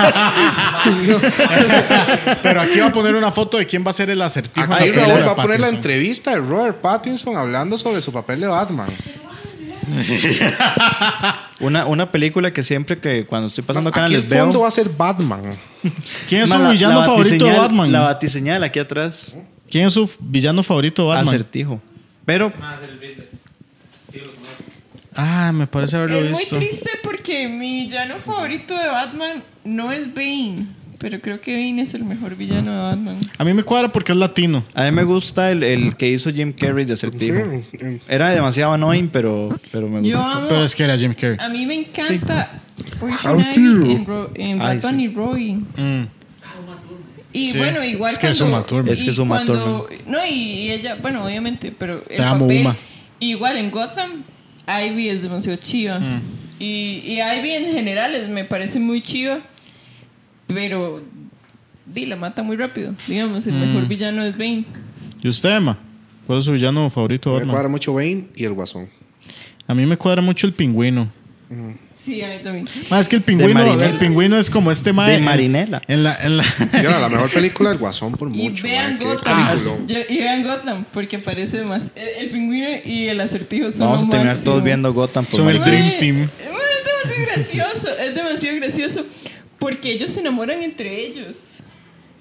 [SPEAKER 3] Pero aquí va a poner una foto de quién va a ser el acertijo.
[SPEAKER 2] Aquí
[SPEAKER 3] en la
[SPEAKER 2] Raúl
[SPEAKER 3] película
[SPEAKER 2] va a poner la
[SPEAKER 3] Pattinson.
[SPEAKER 2] entrevista de Robert Pattinson hablando sobre su papel de Batman.
[SPEAKER 1] Una, una película que siempre que cuando estoy pasando
[SPEAKER 2] Aquí el
[SPEAKER 1] canales
[SPEAKER 2] fondo
[SPEAKER 1] veo.
[SPEAKER 2] va a ser Batman.
[SPEAKER 3] ¿Quién es
[SPEAKER 1] Ma,
[SPEAKER 3] su
[SPEAKER 1] la-
[SPEAKER 3] villano
[SPEAKER 1] la
[SPEAKER 3] favorito de
[SPEAKER 1] batiseñal-
[SPEAKER 3] Batman?
[SPEAKER 1] La batiseñal aquí atrás.
[SPEAKER 3] ¿Quién es su f- villano favorito de Batman?
[SPEAKER 1] Acertijo. Pero
[SPEAKER 5] Más el Riddler. Sí, los muertos.
[SPEAKER 3] Ah, me parece haberlo
[SPEAKER 4] Es muy
[SPEAKER 3] visto.
[SPEAKER 4] triste porque mi villano favorito de Batman no es Bane, pero creo que Bane es el mejor villano de Batman.
[SPEAKER 3] A mí me cuadra porque es latino.
[SPEAKER 1] a mí me gusta el, el que hizo Jim Carrey de acertijo. Era demasiado annoying, pero, pero me
[SPEAKER 4] Yo
[SPEAKER 1] gusta.
[SPEAKER 4] amo,
[SPEAKER 3] Pero es que era Jim Carrey.
[SPEAKER 4] a mí me encanta Poison Ivy en, Ro- en
[SPEAKER 1] Ay,
[SPEAKER 4] Batman
[SPEAKER 1] sí.
[SPEAKER 4] y Robin.
[SPEAKER 3] Mm.
[SPEAKER 4] Y
[SPEAKER 3] Sí.
[SPEAKER 4] bueno, igual
[SPEAKER 3] Es que es
[SPEAKER 4] cuando-
[SPEAKER 3] Uma Thurman.
[SPEAKER 1] Es que es
[SPEAKER 4] y
[SPEAKER 1] Uma
[SPEAKER 4] cuando- No, y, y ella, bueno, obviamente, pero el
[SPEAKER 3] amo,
[SPEAKER 4] papel,
[SPEAKER 3] Uma.
[SPEAKER 4] igual en Gotham, Ivy es demasiado chiva.
[SPEAKER 3] Mm.
[SPEAKER 4] Y, y Ivy en general es- me parece muy chiva, pero di, la mata muy rápido. Digamos, el
[SPEAKER 1] Mm.
[SPEAKER 4] mejor villano es Bane.
[SPEAKER 3] ¿Y usted, Emma? ¿Cuál es su villano favorito de
[SPEAKER 2] Me cuadra
[SPEAKER 3] Batman?
[SPEAKER 2] mucho Bane y el Guasón.
[SPEAKER 3] A mí me cuadra mucho el pingüino.
[SPEAKER 4] Sí, a mí también.
[SPEAKER 3] Ah, es que el pingüino,
[SPEAKER 1] Marinela.
[SPEAKER 3] el pingüino es como este mae.
[SPEAKER 1] De
[SPEAKER 3] en-
[SPEAKER 1] Marinela.
[SPEAKER 3] En la, en la-
[SPEAKER 2] Mira, la mejor película del Guasón por
[SPEAKER 4] Y
[SPEAKER 2] mucho.
[SPEAKER 4] vean
[SPEAKER 2] mae, qué
[SPEAKER 4] Gotham.
[SPEAKER 3] Ah.
[SPEAKER 2] peliculón.
[SPEAKER 4] Yo- y vean Gotham, porque aparece más. El, el pingüino y el acertijo son
[SPEAKER 1] Vamos a
[SPEAKER 4] lo
[SPEAKER 1] terminar
[SPEAKER 4] máximo.
[SPEAKER 1] todos viendo Gotham. por
[SPEAKER 3] Son el
[SPEAKER 1] Mario.
[SPEAKER 3] Dream
[SPEAKER 4] Mae,
[SPEAKER 3] Team.
[SPEAKER 4] mae, Es demasiado gracioso, es demasiado gracioso. Porque ellos se enamoran entre ellos.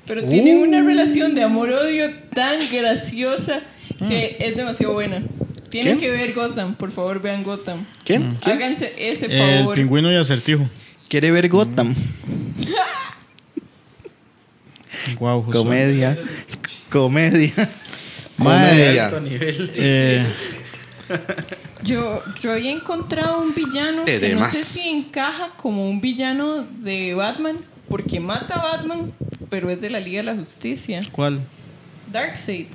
[SPEAKER 4] Pero tienen una
[SPEAKER 3] Uh.
[SPEAKER 4] relación de amor-odio tan graciosa
[SPEAKER 3] Mm.
[SPEAKER 4] que es demasiado buena. Tienen
[SPEAKER 2] ¿Qué?
[SPEAKER 4] que ver Gotham, por favor, vean Gotham.
[SPEAKER 2] ¿Quién? ¿Quién?
[SPEAKER 4] Háganse ese
[SPEAKER 3] <laughs> el
[SPEAKER 4] favor.
[SPEAKER 3] pingüino y acertijo.
[SPEAKER 1] Quiere ver Gotham.
[SPEAKER 3] Wow,
[SPEAKER 1] Comedia. Comedia. <laughs>
[SPEAKER 2] Comedia.
[SPEAKER 3] eh,
[SPEAKER 4] Yo, yo había encontrado un villano
[SPEAKER 2] Te
[SPEAKER 4] que no
[SPEAKER 2] demás.
[SPEAKER 4] sé si encaja como un villano de Batman, porque mata a Batman, pero es de la Liga de la Justicia.
[SPEAKER 3] ¿Cuál?
[SPEAKER 4] Darkseid.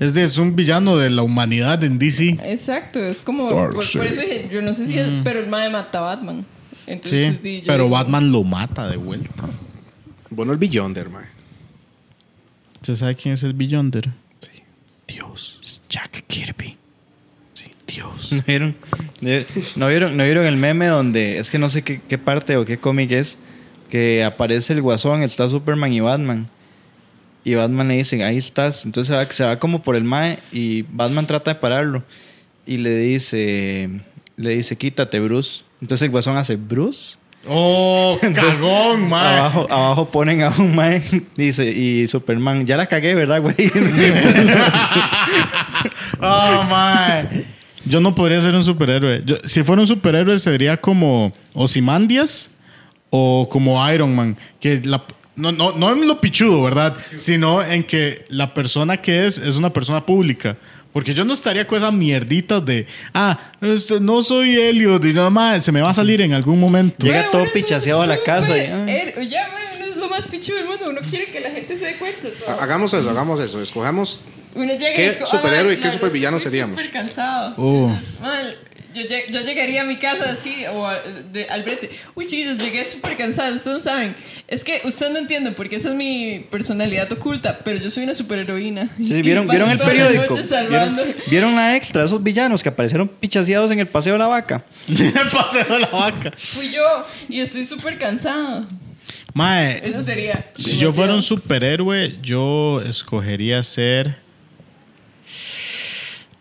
[SPEAKER 3] Es, de- es un villano de la humanidad en DC.
[SPEAKER 4] Exacto, es como. Por, por
[SPEAKER 2] Darkseid.
[SPEAKER 4] eso dije, yo no sé si es.
[SPEAKER 1] Mm.
[SPEAKER 4] Pero el mae mata a Batman. Entonces,
[SPEAKER 3] Sí,
[SPEAKER 4] di, yo
[SPEAKER 3] pero
[SPEAKER 4] digo,
[SPEAKER 3] Batman lo mata de vuelta.
[SPEAKER 2] Bueno, el Beyonder, mae.
[SPEAKER 3] ¿Usted sabe quién es el Beyonder?
[SPEAKER 2] Dios.
[SPEAKER 3] Es Jack Kirby.
[SPEAKER 2] Sí, Dios.
[SPEAKER 1] ¿No vieron? ¿No vieron, ¿No vieron el meme donde es que no sé qué, qué parte o qué cómic es que aparece el guasón, está Superman y Batman? Y Batman le dice, ahí estás. Entonces se va, se va como por el mae y Batman trata de pararlo. Y le dice, le dice, quítate, Bruce. Entonces el guasón hace, Bruce.
[SPEAKER 3] <laughs> ¡Oh, cagón, mae!
[SPEAKER 1] Abajo, abajo ponen a un mae, <laughs> dice, y Superman, ya la cagué, ¿verdad, güey?
[SPEAKER 3] ¡Oh, mae! Yo no podría ser un superhéroe. Yo- si fuera un superhéroe, sería como Ozymandias o como Iron Man. Que la, no, no, no en lo pichudo, ¿verdad? Sino en que la persona que es es una persona pública. Porque yo no estaría con esas mierditas de, ah, este, no soy Elliot y nada más, se me va a salir en algún momento. <laughs>
[SPEAKER 1] Llega
[SPEAKER 4] "Mae,
[SPEAKER 1] todo
[SPEAKER 4] uno es un
[SPEAKER 1] pichaseado a la casa y, ah.
[SPEAKER 4] superhéroe". ya, mae, uno es lo más pichu del mundo. Uno quiere que la gente se dé cuenta. es
[SPEAKER 2] Ha-
[SPEAKER 4] como-
[SPEAKER 2] Hagamos eso, hagamos eso. Escojamos.
[SPEAKER 4] Uno llega
[SPEAKER 2] Ah, ¿Qué
[SPEAKER 4] y es como,
[SPEAKER 2] superhéroe y qué
[SPEAKER 4] "Ah, mae, la verdad es que
[SPEAKER 2] supervillano
[SPEAKER 4] estoy
[SPEAKER 2] seríamos?"
[SPEAKER 4] súper cansado.
[SPEAKER 3] Uh.
[SPEAKER 4] Entonces, mae, yo, lleg- yo llegaría a mi casa así, o a- de, al brete. Uy, chicos, llegué súper cansado. Ustedes no saben. Es que ustedes no entienden porque esa es mi personalidad oculta, pero yo soy una superheroína.
[SPEAKER 1] Sí,
[SPEAKER 4] <laughs> Y
[SPEAKER 1] ¿vieron,
[SPEAKER 4] paso
[SPEAKER 1] ¿vieron el
[SPEAKER 4] toda la
[SPEAKER 1] periódico?
[SPEAKER 4] noche
[SPEAKER 1] ¿Vieron,
[SPEAKER 4] salvando-
[SPEAKER 1] vieron la extra? Esos villanos que aparecieron pichaseados en el Paseo de la Vaca. <laughs>
[SPEAKER 3] Paseo la vaca.
[SPEAKER 4] Fui yo y estoy súper cansado.
[SPEAKER 3] Mae,
[SPEAKER 4] Eso sería.
[SPEAKER 3] Si yo fuera un
[SPEAKER 4] demasiado.
[SPEAKER 3] superhéroe, yo escogería ser.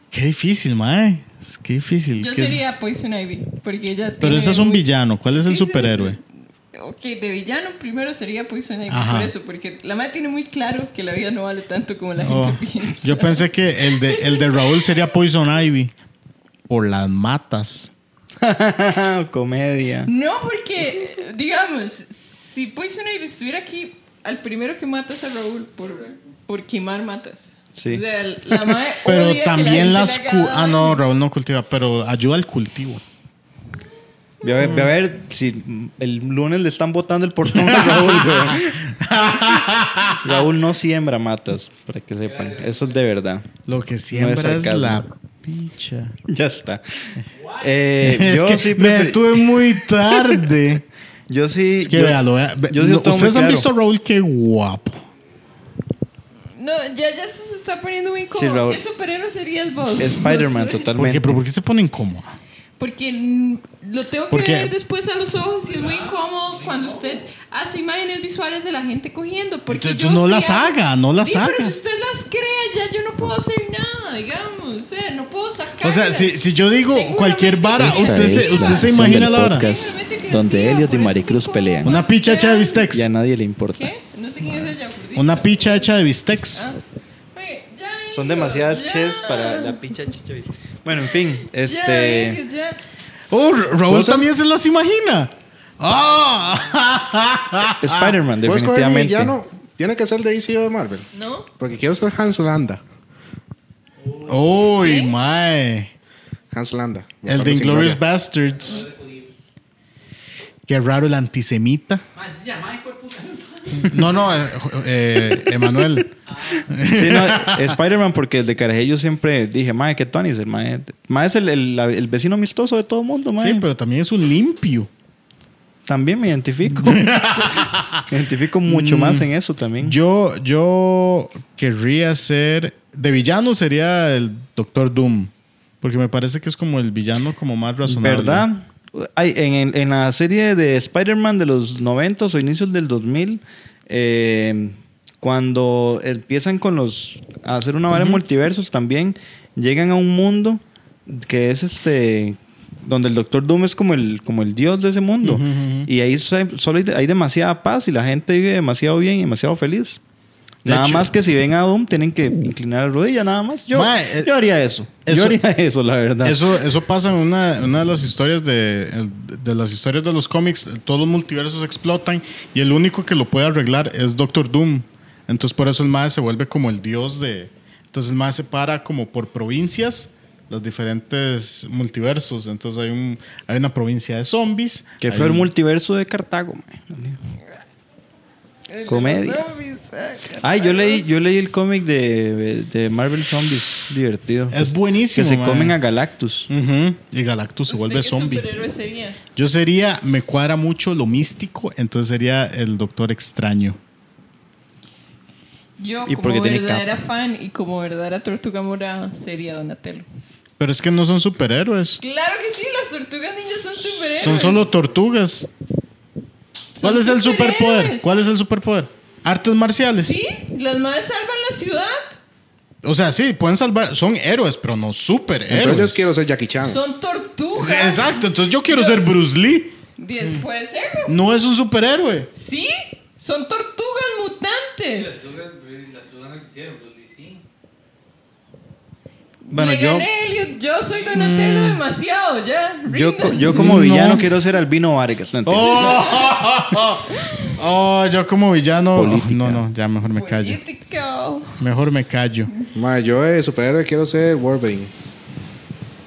[SPEAKER 3] Qué difícil, mae. Es- Qué difícil.
[SPEAKER 4] Yo
[SPEAKER 3] qué-
[SPEAKER 4] sería Poison Ivy, porque ella.
[SPEAKER 3] Pero ese es un villano. ¿Cuál es el
[SPEAKER 4] Sí, sí,
[SPEAKER 3] superhéroe?
[SPEAKER 4] sí. Ok, de villano primero sería Poison Ivy,
[SPEAKER 3] Ajá.
[SPEAKER 4] por eso, porque la madre tiene muy claro que la vida no vale tanto como la
[SPEAKER 3] Oh,
[SPEAKER 4] gente piensa.
[SPEAKER 3] yo pensé que el de, el de Raúl sería Poison Ivy. Por las matas.
[SPEAKER 1] Comedia.
[SPEAKER 4] No, porque, digamos, si Poison Ivy estuviera aquí, al primero que matas a Raúl por, por quemar matas.
[SPEAKER 1] Sí.
[SPEAKER 4] O sea, la madre
[SPEAKER 3] Pero
[SPEAKER 4] odia que la
[SPEAKER 3] también
[SPEAKER 4] gente
[SPEAKER 3] las.
[SPEAKER 4] le haga
[SPEAKER 3] cu- ah, no,
[SPEAKER 4] daño.
[SPEAKER 3] Raúl no cultiva, pero ayuda al cultivo.
[SPEAKER 1] Voy a ver, voy a ver si el lunes le están botando el portón a Raúl.
[SPEAKER 4] <laughs>
[SPEAKER 1] güey. Raúl no siembra matas, para que sepan. Eso es de verdad. <laughs>
[SPEAKER 3] Lo que siembra es,
[SPEAKER 1] sarcasmo.
[SPEAKER 3] la picha.
[SPEAKER 1] Ya está. Eh,
[SPEAKER 3] <laughs> es
[SPEAKER 1] yo,
[SPEAKER 3] que
[SPEAKER 1] sí
[SPEAKER 3] me
[SPEAKER 1] prefer-
[SPEAKER 3] detuve muy tarde.
[SPEAKER 1] yo sí.
[SPEAKER 3] Es que
[SPEAKER 1] yo-
[SPEAKER 3] véalo, vea- ve-
[SPEAKER 1] yo sí
[SPEAKER 3] no,
[SPEAKER 1] lo tengo muy
[SPEAKER 3] ustedes han
[SPEAKER 1] claro.
[SPEAKER 3] visto a Raúl, qué guapo.
[SPEAKER 4] No, No, ya, ya esto se está poniendo muy incómodo.
[SPEAKER 1] Sí, Raúl.
[SPEAKER 4] ¿Qué superhéroe serías vos?
[SPEAKER 1] Spider-Man,
[SPEAKER 4] No sé.
[SPEAKER 3] ¿Por
[SPEAKER 1] totalmente.
[SPEAKER 3] qué, pero ¿Por qué se pone incómoda?
[SPEAKER 4] Porque mm, lo tengo que
[SPEAKER 3] ¿Por qué?
[SPEAKER 4] ver después a los ojos y es muy incómodo cuando usted hace imágenes visuales de la gente cogiendo. Porque
[SPEAKER 3] Entonces,
[SPEAKER 4] yo
[SPEAKER 3] no
[SPEAKER 4] sí
[SPEAKER 3] las
[SPEAKER 4] hago-
[SPEAKER 3] haga, no las
[SPEAKER 4] Sí,
[SPEAKER 3] haga.
[SPEAKER 4] Pero si usted las crea, ya yo no puedo hacer nada, digamos. O sea, no puedo sacar.
[SPEAKER 3] O sea, si, si yo digo
[SPEAKER 4] Tengo una
[SPEAKER 3] cualquier
[SPEAKER 4] mente
[SPEAKER 3] vara,
[SPEAKER 4] creativa.
[SPEAKER 3] usted se,
[SPEAKER 4] Esta
[SPEAKER 3] usted
[SPEAKER 4] es
[SPEAKER 3] se
[SPEAKER 4] la
[SPEAKER 3] imagina
[SPEAKER 4] sección
[SPEAKER 3] la
[SPEAKER 4] del
[SPEAKER 3] vara.
[SPEAKER 1] podcast.
[SPEAKER 4] Tengo
[SPEAKER 1] donde
[SPEAKER 4] una mente
[SPEAKER 1] Elliot y
[SPEAKER 4] creativa,
[SPEAKER 1] Maricruz
[SPEAKER 4] por eso es
[SPEAKER 1] pelean.
[SPEAKER 4] incómodo.
[SPEAKER 3] Una picha hecha de
[SPEAKER 1] Y a
[SPEAKER 3] bistecs.
[SPEAKER 1] nadie le importa.
[SPEAKER 4] ¿Qué? No sé quién es el Yafurdita.
[SPEAKER 3] Una picha hecha de bistecs.
[SPEAKER 4] Ah. Oye, ya,
[SPEAKER 1] Son
[SPEAKER 4] Elliot,
[SPEAKER 1] demasiadas
[SPEAKER 4] ya.
[SPEAKER 1] ches para la pincha chicha. Bueno, en fin,
[SPEAKER 4] Ya,
[SPEAKER 1] este.
[SPEAKER 4] Elliot, ya.
[SPEAKER 3] Oh, Ra- Raúl
[SPEAKER 2] ¿Vos
[SPEAKER 3] también se las imagina. Ah. <laughs>
[SPEAKER 1] Spider-Man,
[SPEAKER 2] ¿Puedes coger mi
[SPEAKER 1] definitivamente.
[SPEAKER 2] villano? Tiene que ser de DC o de Marvel.
[SPEAKER 4] ¿No?
[SPEAKER 2] Porque quiero ser Hans Landa.
[SPEAKER 3] Uy,
[SPEAKER 4] ¿Qué?
[SPEAKER 3] mae.
[SPEAKER 2] Hans Landa.
[SPEAKER 3] El de Inglourious Bastards. Qué raro el antisemita.
[SPEAKER 5] Más, sí, ya, más, hijo de puta.
[SPEAKER 3] <laughs> No, no, eh, eh, Emanuel.
[SPEAKER 1] <laughs> Sí, <laughs> no, Spider-Man, porque el de Carajillo siempre dije, mae, qué tonis, el mae. Mae es el, el- la- el vecino amistoso de todo mundo, mae.
[SPEAKER 3] Sí, pero también es un limpio.
[SPEAKER 1] También me <laughs> identifico. me identifico mucho más en eso también.
[SPEAKER 3] Yo, yo querría ser. De villano sería el Doctor Doom. Porque me parece que es como el villano como más razonable.
[SPEAKER 1] ¿Verdad? Ay, en, en- en la serie de Spider-Man de los 90 o inicios del 2000, eh, cuando empiezan con los a hacer una vara de multiversos también, llegan a un mundo que es este donde el Doctor Doom es como el como el dios de ese mundo
[SPEAKER 3] Ujú, ujú.
[SPEAKER 1] y ahí so- solo hay, hay demasiada paz y la gente vive demasiado bien y demasiado feliz.
[SPEAKER 3] De
[SPEAKER 1] nada
[SPEAKER 3] hecho-
[SPEAKER 1] más que si ven a Doom tienen que inclinar la rodilla nada más. Yo,
[SPEAKER 3] Ma, eh,
[SPEAKER 1] yo haría eso. Yo
[SPEAKER 3] eso-
[SPEAKER 1] haría eso, la verdad.
[SPEAKER 3] Eso, eso pasa en una, en una de las historias de, el- de las historias de los cómics. Todos los multiversos explotan y el único que lo puede arreglar es Doctor Doom. Entonces por eso el Mae se vuelve como el dios de. Entonces el Mae se para como por provincias los diferentes multiversos. Entonces hay un hay una provincia de zombies.
[SPEAKER 1] Que
[SPEAKER 3] hay
[SPEAKER 1] fue el
[SPEAKER 3] un-
[SPEAKER 1] multiverso de Cartago, man. Comedia. Ay, yo leí, yo leí el cómic de, de Marvel Zombies, divertido.
[SPEAKER 3] Es buenísimo.
[SPEAKER 1] que se
[SPEAKER 3] mae.
[SPEAKER 1] comen a Galactus.
[SPEAKER 3] Ujú, Y Galactus se
[SPEAKER 4] ¿Usted
[SPEAKER 3] vuelve
[SPEAKER 4] qué
[SPEAKER 3] zombie.
[SPEAKER 4] superhéroe sería?
[SPEAKER 3] Yo sería, me cuadra mucho lo místico, entonces sería el Doctor Extraño.
[SPEAKER 4] Yo,
[SPEAKER 1] Y porque
[SPEAKER 4] como
[SPEAKER 1] tiene
[SPEAKER 4] verdadera fan y como verdadera tortuga morada, sería Donatello.
[SPEAKER 3] Pero es que no son superhéroes.
[SPEAKER 4] Claro que sí, las tortugas ninjas son superhéroes.
[SPEAKER 3] Son solo tortugas.
[SPEAKER 4] Son
[SPEAKER 3] ¿Cuál es el
[SPEAKER 4] superhéroes.
[SPEAKER 3] superpoder? ¿Cuál es el superpoder? Artes marciales.
[SPEAKER 4] Sí, las madres salvan la ciudad.
[SPEAKER 3] O sea, sí, pueden salvar. Son héroes, pero no
[SPEAKER 2] Entonces yo
[SPEAKER 3] superhéroes.
[SPEAKER 2] quiero ser Jackie Chan.
[SPEAKER 4] Son tortugas.
[SPEAKER 3] Exacto, entonces yo quiero ser Bruce Lee.
[SPEAKER 4] Des- Puede serlo.
[SPEAKER 3] No es
[SPEAKER 2] <laughs>
[SPEAKER 3] un superhéroe.
[SPEAKER 4] Sí, son tortugas
[SPEAKER 5] Las
[SPEAKER 4] mutantes.
[SPEAKER 5] dudas, las dudas no existieron, los DC.
[SPEAKER 1] Bueno,
[SPEAKER 4] Le
[SPEAKER 1] yo,
[SPEAKER 4] gané, Elliot. Yo soy Donatello
[SPEAKER 3] Mm.
[SPEAKER 4] demasiado, ya.
[SPEAKER 1] yo, co-
[SPEAKER 4] Rindas.
[SPEAKER 1] yo como
[SPEAKER 3] No.
[SPEAKER 1] villano quiero ser Albino Vargas. No, entiendo.
[SPEAKER 3] Oh, yo como villano.
[SPEAKER 1] Política.
[SPEAKER 3] No, no, ya mejor me callo.
[SPEAKER 4] Political.
[SPEAKER 3] Mejor me callo.
[SPEAKER 2] Ma, yo de superhéroe quiero ser Wolverine.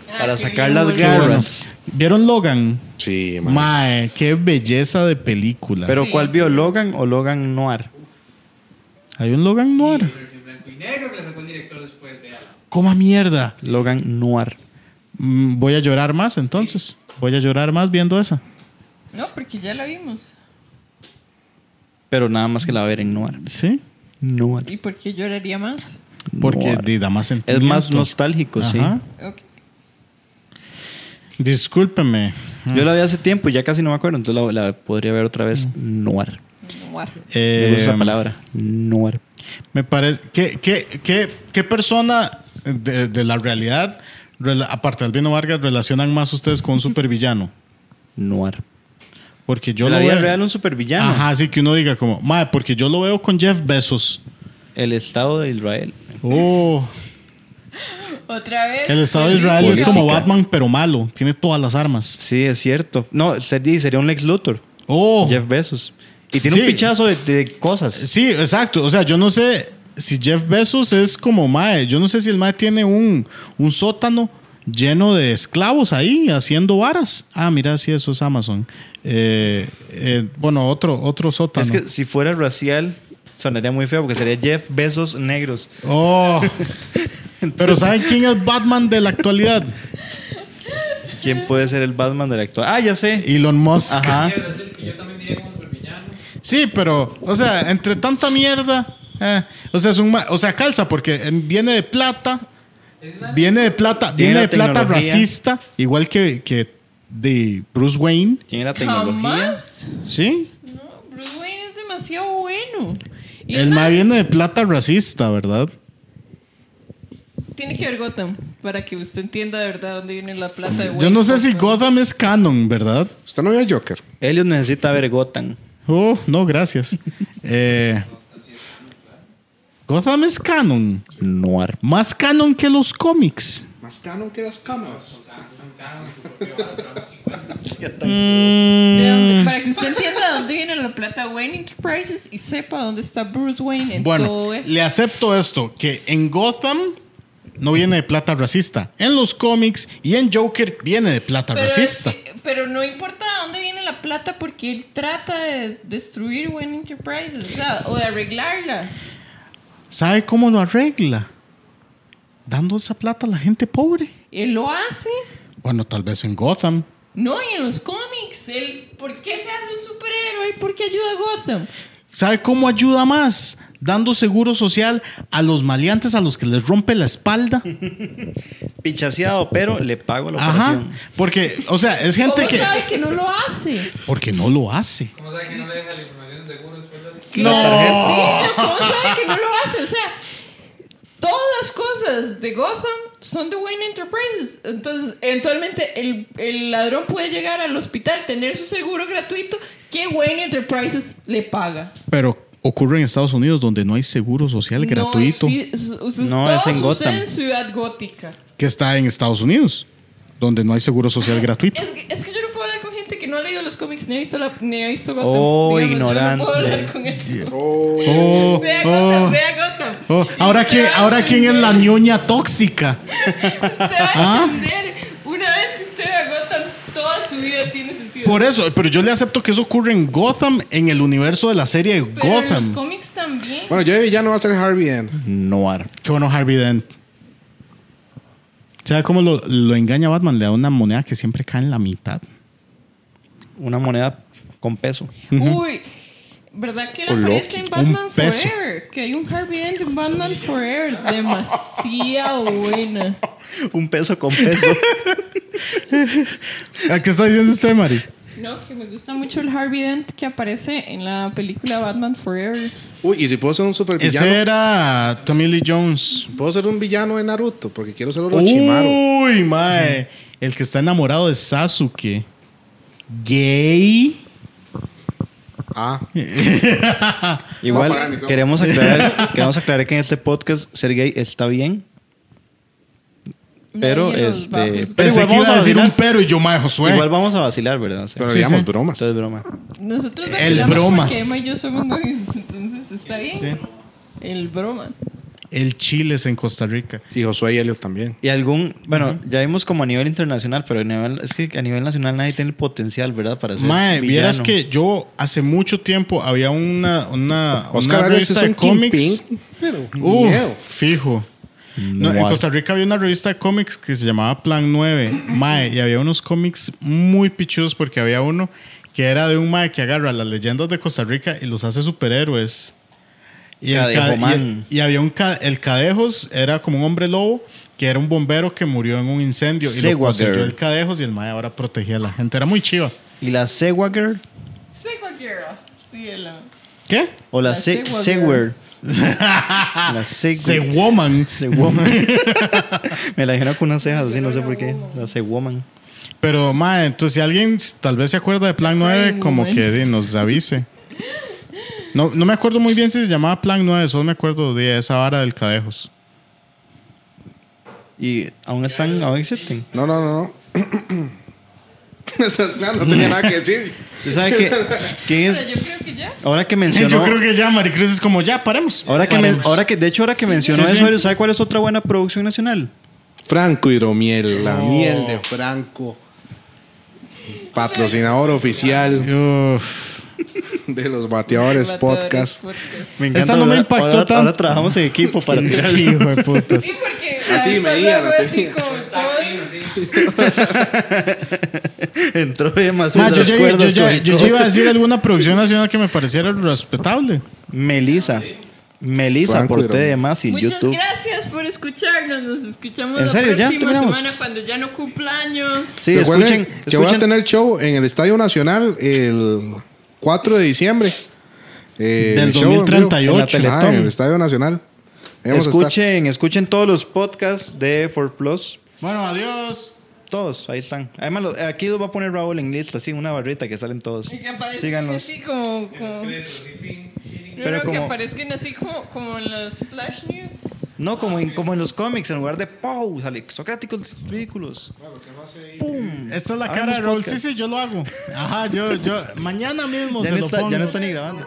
[SPEAKER 1] Para
[SPEAKER 4] Ah, qué
[SPEAKER 1] sacar
[SPEAKER 4] bien,
[SPEAKER 1] las
[SPEAKER 4] boludo.
[SPEAKER 3] Qué bueno.
[SPEAKER 1] garras.
[SPEAKER 3] ¿Vieron Logan?
[SPEAKER 2] Sí, ma.
[SPEAKER 3] Mae, qué belleza de película.
[SPEAKER 1] Pero
[SPEAKER 4] Sí.
[SPEAKER 1] ¿cuál vio? ¿Logan o Logan Noir?
[SPEAKER 3] Hay un Logan Noir.
[SPEAKER 5] Pero el film blanco y negro que le sacó el director después de algo.
[SPEAKER 3] ¿Cómo mierda?
[SPEAKER 1] Logan Noir.
[SPEAKER 3] Mm, Voy a llorar más entonces. Voy a llorar más viendo esa.
[SPEAKER 4] No, porque ya la vimos.
[SPEAKER 1] Pero nada más que la ver en Noir.
[SPEAKER 3] Sí.
[SPEAKER 1] Noir.
[SPEAKER 4] ¿Y por qué lloraría más?
[SPEAKER 3] Porque
[SPEAKER 1] Noir.
[SPEAKER 3] di- da más
[SPEAKER 1] es
[SPEAKER 3] sentimiento.
[SPEAKER 1] más nostálgico, sí.
[SPEAKER 3] Ajá.
[SPEAKER 4] Ok.
[SPEAKER 3] Discúlpeme.
[SPEAKER 1] Yo la vi hace tiempo y ya casi no me acuerdo, entonces la, la podría ver otra vez.
[SPEAKER 3] Mm.
[SPEAKER 1] Noir.
[SPEAKER 4] Muar.
[SPEAKER 3] Eh,
[SPEAKER 1] Me gusta esa palabra. Em, Noir.
[SPEAKER 3] Me parece. ¿Qué, qué, qué, qué persona de, de la realidad, rela- aparte del Albino Vargas, relacionan más ustedes con un supervillano?
[SPEAKER 1] Noir.
[SPEAKER 3] Porque yo
[SPEAKER 1] En la
[SPEAKER 3] lo
[SPEAKER 1] vida
[SPEAKER 3] veo-
[SPEAKER 1] real un supervillano.
[SPEAKER 3] Ajá, así que uno diga como, mae, porque yo lo veo con Jeff Bezos.
[SPEAKER 1] El Estado de Israel.
[SPEAKER 3] Oh,
[SPEAKER 4] Otra vez.
[SPEAKER 3] el Estado de Israel es
[SPEAKER 1] Política.
[SPEAKER 3] como Batman, pero malo. Tiene todas las armas.
[SPEAKER 1] Sí, es cierto. No, sería, sería un Lex Luthor.
[SPEAKER 3] Oh,
[SPEAKER 1] Jeff Bezos. Y tiene un
[SPEAKER 3] Sí.
[SPEAKER 1] pichazo de, de cosas.
[SPEAKER 3] Sí, exacto. O sea, yo no sé si Jeff Bezos es como Mae. Yo no sé si el Mae tiene un, un sótano lleno de esclavos ahí haciendo varas. Ah, mira, sí, eso es Amazon. Eh, eh, bueno, otro, otro sótano.
[SPEAKER 1] Es que si fuera racial, sonaría muy feo porque sería Jeff Bezos negros. <laughs>
[SPEAKER 3] Oh. Pero ¿saben quién es Batman de la actualidad?
[SPEAKER 1] ¿Quién puede ser el Batman del actual? Ah, ya sé.
[SPEAKER 3] Elon Musk.
[SPEAKER 1] Ajá.
[SPEAKER 5] Mierda, es el que yo también diría como supervillano.
[SPEAKER 3] Sí, pero, o sea, entre tanta mierda, Eh, o, sea, es un ma- o sea, calza porque eh, viene de plata. Viene de plata,
[SPEAKER 1] Tiene
[SPEAKER 3] viene
[SPEAKER 1] la
[SPEAKER 3] de plata
[SPEAKER 1] tecnología.
[SPEAKER 3] racista, igual que, que de Bruce Wayne.
[SPEAKER 1] Tiene la tecnología.
[SPEAKER 4] Jamás.
[SPEAKER 3] Sí.
[SPEAKER 4] No, Bruce Wayne es demasiado bueno. Y
[SPEAKER 3] El
[SPEAKER 4] es
[SPEAKER 3] ma
[SPEAKER 4] más,
[SPEAKER 3] viene de plata racista, ¿verdad?
[SPEAKER 4] tiene que ver Gotham para que usted entienda de verdad dónde viene la plata de Wayne.
[SPEAKER 3] Yo no sé si Gotham es canon, ¿verdad?
[SPEAKER 2] Usted no vio Joker.
[SPEAKER 1] Elliot necesita ver Gotham.
[SPEAKER 3] Oh, no, gracias. Eh, Gotham es canon.
[SPEAKER 1] Noir.
[SPEAKER 3] Más canon que los cómics.
[SPEAKER 2] Más canon que las cámaras.
[SPEAKER 4] De dónde- para que usted entienda dónde viene la plata de Wayne Enterprises y sepa dónde está Bruce Wayne en
[SPEAKER 3] Bueno,
[SPEAKER 4] todo eso.
[SPEAKER 3] le acepto esto, que en Gotham no viene de plata racista. En los cómics y en Joker viene de plata
[SPEAKER 4] pero, es
[SPEAKER 3] racista.
[SPEAKER 4] que- pero no importa dónde viene la plata porque él trata de destruir Wayne Enterprises o, sea, o de arreglarla.
[SPEAKER 3] ¿Sabe cómo lo arregla? Dando esa plata a la gente pobre.
[SPEAKER 4] Él lo hace.
[SPEAKER 3] Bueno, tal vez en Gotham.
[SPEAKER 4] No, y en los cómics, él, ¿por qué se hace un superhéroe y por qué ayuda a Gotham?
[SPEAKER 3] ¿Sabe cómo ayuda más? Dando seguro social a los maleantes a los que les rompe la espalda.
[SPEAKER 1] Pichaseado, pero le pago la
[SPEAKER 3] Ajá.
[SPEAKER 1] operación.
[SPEAKER 3] Porque, o sea, es gente
[SPEAKER 4] ¿Cómo
[SPEAKER 3] que...
[SPEAKER 4] sabe que no lo hace?
[SPEAKER 3] Porque no lo hace.
[SPEAKER 5] ¿Cómo sabe que no le deja la información en seguro después de
[SPEAKER 4] ¿Qué?
[SPEAKER 3] No.
[SPEAKER 4] Sí, ¿Cómo sabe que no lo hace? O sea, todas las cosas de Gotham son de Wayne Enterprises. Entonces, eventualmente el, el ladrón puede llegar al hospital, tener su seguro gratuito que Wayne Enterprises le paga.
[SPEAKER 3] Pero ocurre en Estados Unidos donde no hay seguro social gratuito.
[SPEAKER 4] No, sí, su- su-
[SPEAKER 1] No,
[SPEAKER 4] todo
[SPEAKER 1] es en
[SPEAKER 4] sucede
[SPEAKER 1] Gotham.
[SPEAKER 4] en Ciudad Gótica.
[SPEAKER 3] que está en Estados Unidos, donde no hay seguro social gratuito.
[SPEAKER 4] Es que, es que yo no puedo hablar con gente que no ha leído los cómics ni ha visto, la, ni ha visto Gotham.
[SPEAKER 1] Oh,
[SPEAKER 4] Digamos, Yo no puedo
[SPEAKER 1] ignorante.
[SPEAKER 4] hablar con eso.
[SPEAKER 3] <laughs> Oh,
[SPEAKER 4] Vea Gotham,
[SPEAKER 3] oh,
[SPEAKER 4] vea Gotham.
[SPEAKER 3] oh. Ahora, quién, ahora quién es la ñoña tóxica.
[SPEAKER 4] Usted va
[SPEAKER 3] ¿Ah?
[SPEAKER 4] a entender. Una vez que usted agota toda su vida tiene sentido.
[SPEAKER 3] Por eso, pero yo le acepto que eso ocurre en Gotham, en el universo de la serie de
[SPEAKER 4] Pero en los
[SPEAKER 3] Gotham.
[SPEAKER 4] cómics también.
[SPEAKER 2] Bueno, yo de villano va a ser Harvey Dent.
[SPEAKER 1] Noir.
[SPEAKER 3] Qué bueno Harvey Dent. ¿Sabe cómo lo, lo engaña Batman? Le da una moneda que siempre cae en la mitad.
[SPEAKER 1] Una moneda con peso.
[SPEAKER 4] Uy, ¿verdad que él
[SPEAKER 3] Con
[SPEAKER 4] aparece
[SPEAKER 3] Loki,
[SPEAKER 4] en Batman
[SPEAKER 3] un peso.
[SPEAKER 4] Forever? Que hay un Harvey Dent en Batman Forever. Demasiado buena.
[SPEAKER 1] Un peso con peso.
[SPEAKER 3] ¿A ¿Qué está diciendo usted, Mari?
[SPEAKER 4] No, que me gusta mucho el Harvey Dent que aparece en la película Batman Forever.
[SPEAKER 2] Uy, y si puedo ser un supervillano.
[SPEAKER 3] Ese era Tommy Lee Jones.
[SPEAKER 2] Puedo ser un villano de Naruto porque quiero ser Orochimaru.
[SPEAKER 3] Uy, mae. El que está enamorado de Sasuke. Gay.
[SPEAKER 2] Ah, Voy a apagar el
[SPEAKER 1] Igual
[SPEAKER 2] micrófono.
[SPEAKER 1] queremos
[SPEAKER 3] <laughs>
[SPEAKER 1] aclarar, queremos aclarar que en este podcast ser gay está bien. Pero,
[SPEAKER 4] Nadie los
[SPEAKER 1] este,
[SPEAKER 4] va a juzgar.
[SPEAKER 1] Pero
[SPEAKER 3] Pensé
[SPEAKER 1] igual
[SPEAKER 3] que
[SPEAKER 1] vamos
[SPEAKER 3] iba a
[SPEAKER 1] a
[SPEAKER 3] decir un
[SPEAKER 1] vacilar.
[SPEAKER 3] pero y yo, mae, Josué.
[SPEAKER 1] Igual vamos a vacilar, ¿verdad? O sea,
[SPEAKER 2] pero
[SPEAKER 3] Sí,
[SPEAKER 2] digamos
[SPEAKER 3] sí.
[SPEAKER 2] bromas.
[SPEAKER 1] esto es broma.
[SPEAKER 4] Nosotros
[SPEAKER 3] El
[SPEAKER 4] vacilamos
[SPEAKER 3] bromas.
[SPEAKER 4] porque Emma y yo somos novios, <laughs> entonces está bien.
[SPEAKER 3] Sí.
[SPEAKER 4] El broma.
[SPEAKER 3] El chile es en Costa Rica.
[SPEAKER 2] Y Josué y Elliot también.
[SPEAKER 1] Y algún, bueno, ya vimos como a nivel internacional, pero a nivel- es que a nivel nacional nadie tiene el potencial, ¿verdad? Para ser
[SPEAKER 3] Mae,
[SPEAKER 1] villano.
[SPEAKER 3] vieras que yo hace mucho tiempo había una, una,
[SPEAKER 2] Oscar
[SPEAKER 3] una
[SPEAKER 2] Arias es
[SPEAKER 3] revista de
[SPEAKER 2] un
[SPEAKER 3] cómics.
[SPEAKER 2] cómics. Pero,
[SPEAKER 3] Uh,
[SPEAKER 2] miedo.
[SPEAKER 3] fijo. No, en
[SPEAKER 1] Noir.
[SPEAKER 3] Costa Rica había una revista de cómics que se llamaba Plan 9. Mae, y había unos cómics muy pichudos porque había uno que era de un mae que agarra las leyendas de Costa Rica y los hace superhéroes. Y, el ca- y,
[SPEAKER 1] Cadejomán.
[SPEAKER 3] y había un ca- el Cadejos, era como un hombre lobo que era un bombero que murió en un incendio. Y lo
[SPEAKER 1] Sewa
[SPEAKER 3] consiguió
[SPEAKER 1] Girl.
[SPEAKER 3] el Cadejos y el mae ahora protegía a la gente. Era muy chiva.
[SPEAKER 1] ¿Y la Sewa Girl?
[SPEAKER 4] Sé cualquiera. Sí, la...
[SPEAKER 3] ¿Qué?
[SPEAKER 1] ¿O la,
[SPEAKER 4] La
[SPEAKER 1] Se-
[SPEAKER 4] Sewa
[SPEAKER 1] Sewer?
[SPEAKER 3] <laughs>
[SPEAKER 1] la Sewer.
[SPEAKER 3] Sewoman. <laughs>
[SPEAKER 1] Sewoman. Me la dijeron con unas cejas así, no sé por qué. La Sewoman.
[SPEAKER 3] Pero, mae, entonces si alguien s- tal vez se acuerda de Plan 9,
[SPEAKER 4] Ay,
[SPEAKER 3] como
[SPEAKER 4] bueno.
[SPEAKER 3] que di, nos avise. No, no me acuerdo muy bien si se llamaba Plan 9, solo me acuerdo de esa vara del Cadejos.
[SPEAKER 1] Y aún están, aún existen.
[SPEAKER 2] No, no, no, <coughs> no. no tenía nada que decir.
[SPEAKER 1] ¿Usted
[SPEAKER 3] <laughs>
[SPEAKER 1] sabe que, que
[SPEAKER 4] Pero
[SPEAKER 1] es?
[SPEAKER 4] yo creo que ya.
[SPEAKER 1] Ahora que
[SPEAKER 3] Sí,
[SPEAKER 1] mencionó...
[SPEAKER 3] yo creo que ya Maricruz es como, ya, paremos.
[SPEAKER 1] Ahora que, men-
[SPEAKER 3] Paremos.
[SPEAKER 1] ahora que, de hecho, ahora que mencionó
[SPEAKER 3] sí,
[SPEAKER 1] eso,
[SPEAKER 3] sí.
[SPEAKER 1] ¿sabe cuál es otra buena producción nacional?
[SPEAKER 2] Franco Hidromiel, la miel de Franco. Patrocinador oficial
[SPEAKER 3] Uf.
[SPEAKER 2] de los bateadores podcast.
[SPEAKER 1] Me
[SPEAKER 3] Esta no me
[SPEAKER 1] ahora-
[SPEAKER 3] impactó
[SPEAKER 1] ahora,
[SPEAKER 3] tanto.
[SPEAKER 1] ahora trabajamos en <laughs> equipo para tirar.
[SPEAKER 3] Hijo de <laughs> putas.
[SPEAKER 4] Sí, porque
[SPEAKER 2] Así
[SPEAKER 4] la
[SPEAKER 2] medía,
[SPEAKER 4] espalda
[SPEAKER 2] la
[SPEAKER 4] fue así
[SPEAKER 2] tenía.
[SPEAKER 4] como todo-
[SPEAKER 1] Entró demasiado
[SPEAKER 3] Ma,
[SPEAKER 1] de
[SPEAKER 3] yo,
[SPEAKER 1] las
[SPEAKER 3] ya, yo,
[SPEAKER 1] cuerdas.
[SPEAKER 3] ya-
[SPEAKER 1] con
[SPEAKER 3] yo
[SPEAKER 1] todo.
[SPEAKER 3] ya iba a decir alguna producción nacional que me pareciera respetable.
[SPEAKER 1] Melissa. Melissa
[SPEAKER 2] Franco
[SPEAKER 1] por
[SPEAKER 2] Irán.
[SPEAKER 1] más y
[SPEAKER 4] Muchas
[SPEAKER 1] YouTube.
[SPEAKER 4] gracias por escucharnos. Nos escuchamos
[SPEAKER 1] ¿En
[SPEAKER 4] la
[SPEAKER 1] serio? ¿Ya
[SPEAKER 4] próxima
[SPEAKER 1] terminamos?
[SPEAKER 4] semana cuando ya no cumpla años.
[SPEAKER 1] Sí,
[SPEAKER 2] Recuerden
[SPEAKER 1] escuchen,
[SPEAKER 2] que voy a
[SPEAKER 1] escuchen-
[SPEAKER 2] tener show en el Estadio Nacional el 4 de diciembre. Eh,
[SPEAKER 3] Del
[SPEAKER 2] show en vivo.
[SPEAKER 3] 2038.
[SPEAKER 2] En la Teletón.
[SPEAKER 1] Ajá,
[SPEAKER 2] en el Estadio Nacional. Ahí vamos a estar.
[SPEAKER 1] escuchen, escuchen todos los podcasts de 4 Plus.
[SPEAKER 3] Bueno, adiós.
[SPEAKER 1] Todos, ahí están. Además, lo- aquí los va a poner Raúl en lista, así en una barrita que salen todos.
[SPEAKER 4] Y que aparezcan
[SPEAKER 1] Síganos.
[SPEAKER 4] así como. como- no,
[SPEAKER 1] Pero
[SPEAKER 4] no, que
[SPEAKER 1] como-
[SPEAKER 4] aparezcan así como, como en los flash news.
[SPEAKER 1] No, como en, como en los cómics, en lugar de ¡Pow! Sale Socráticos ridículos. ¡Pum!
[SPEAKER 3] Esta es la
[SPEAKER 1] Hagamos
[SPEAKER 3] cara de Raúl.
[SPEAKER 1] podcast.
[SPEAKER 3] Sí, sí, yo lo hago. Ajá, yo, yo. Mañana mismo
[SPEAKER 1] Ya
[SPEAKER 3] se
[SPEAKER 1] no
[SPEAKER 3] lo
[SPEAKER 1] está-
[SPEAKER 3] pongo.
[SPEAKER 1] ya no está ni grabando.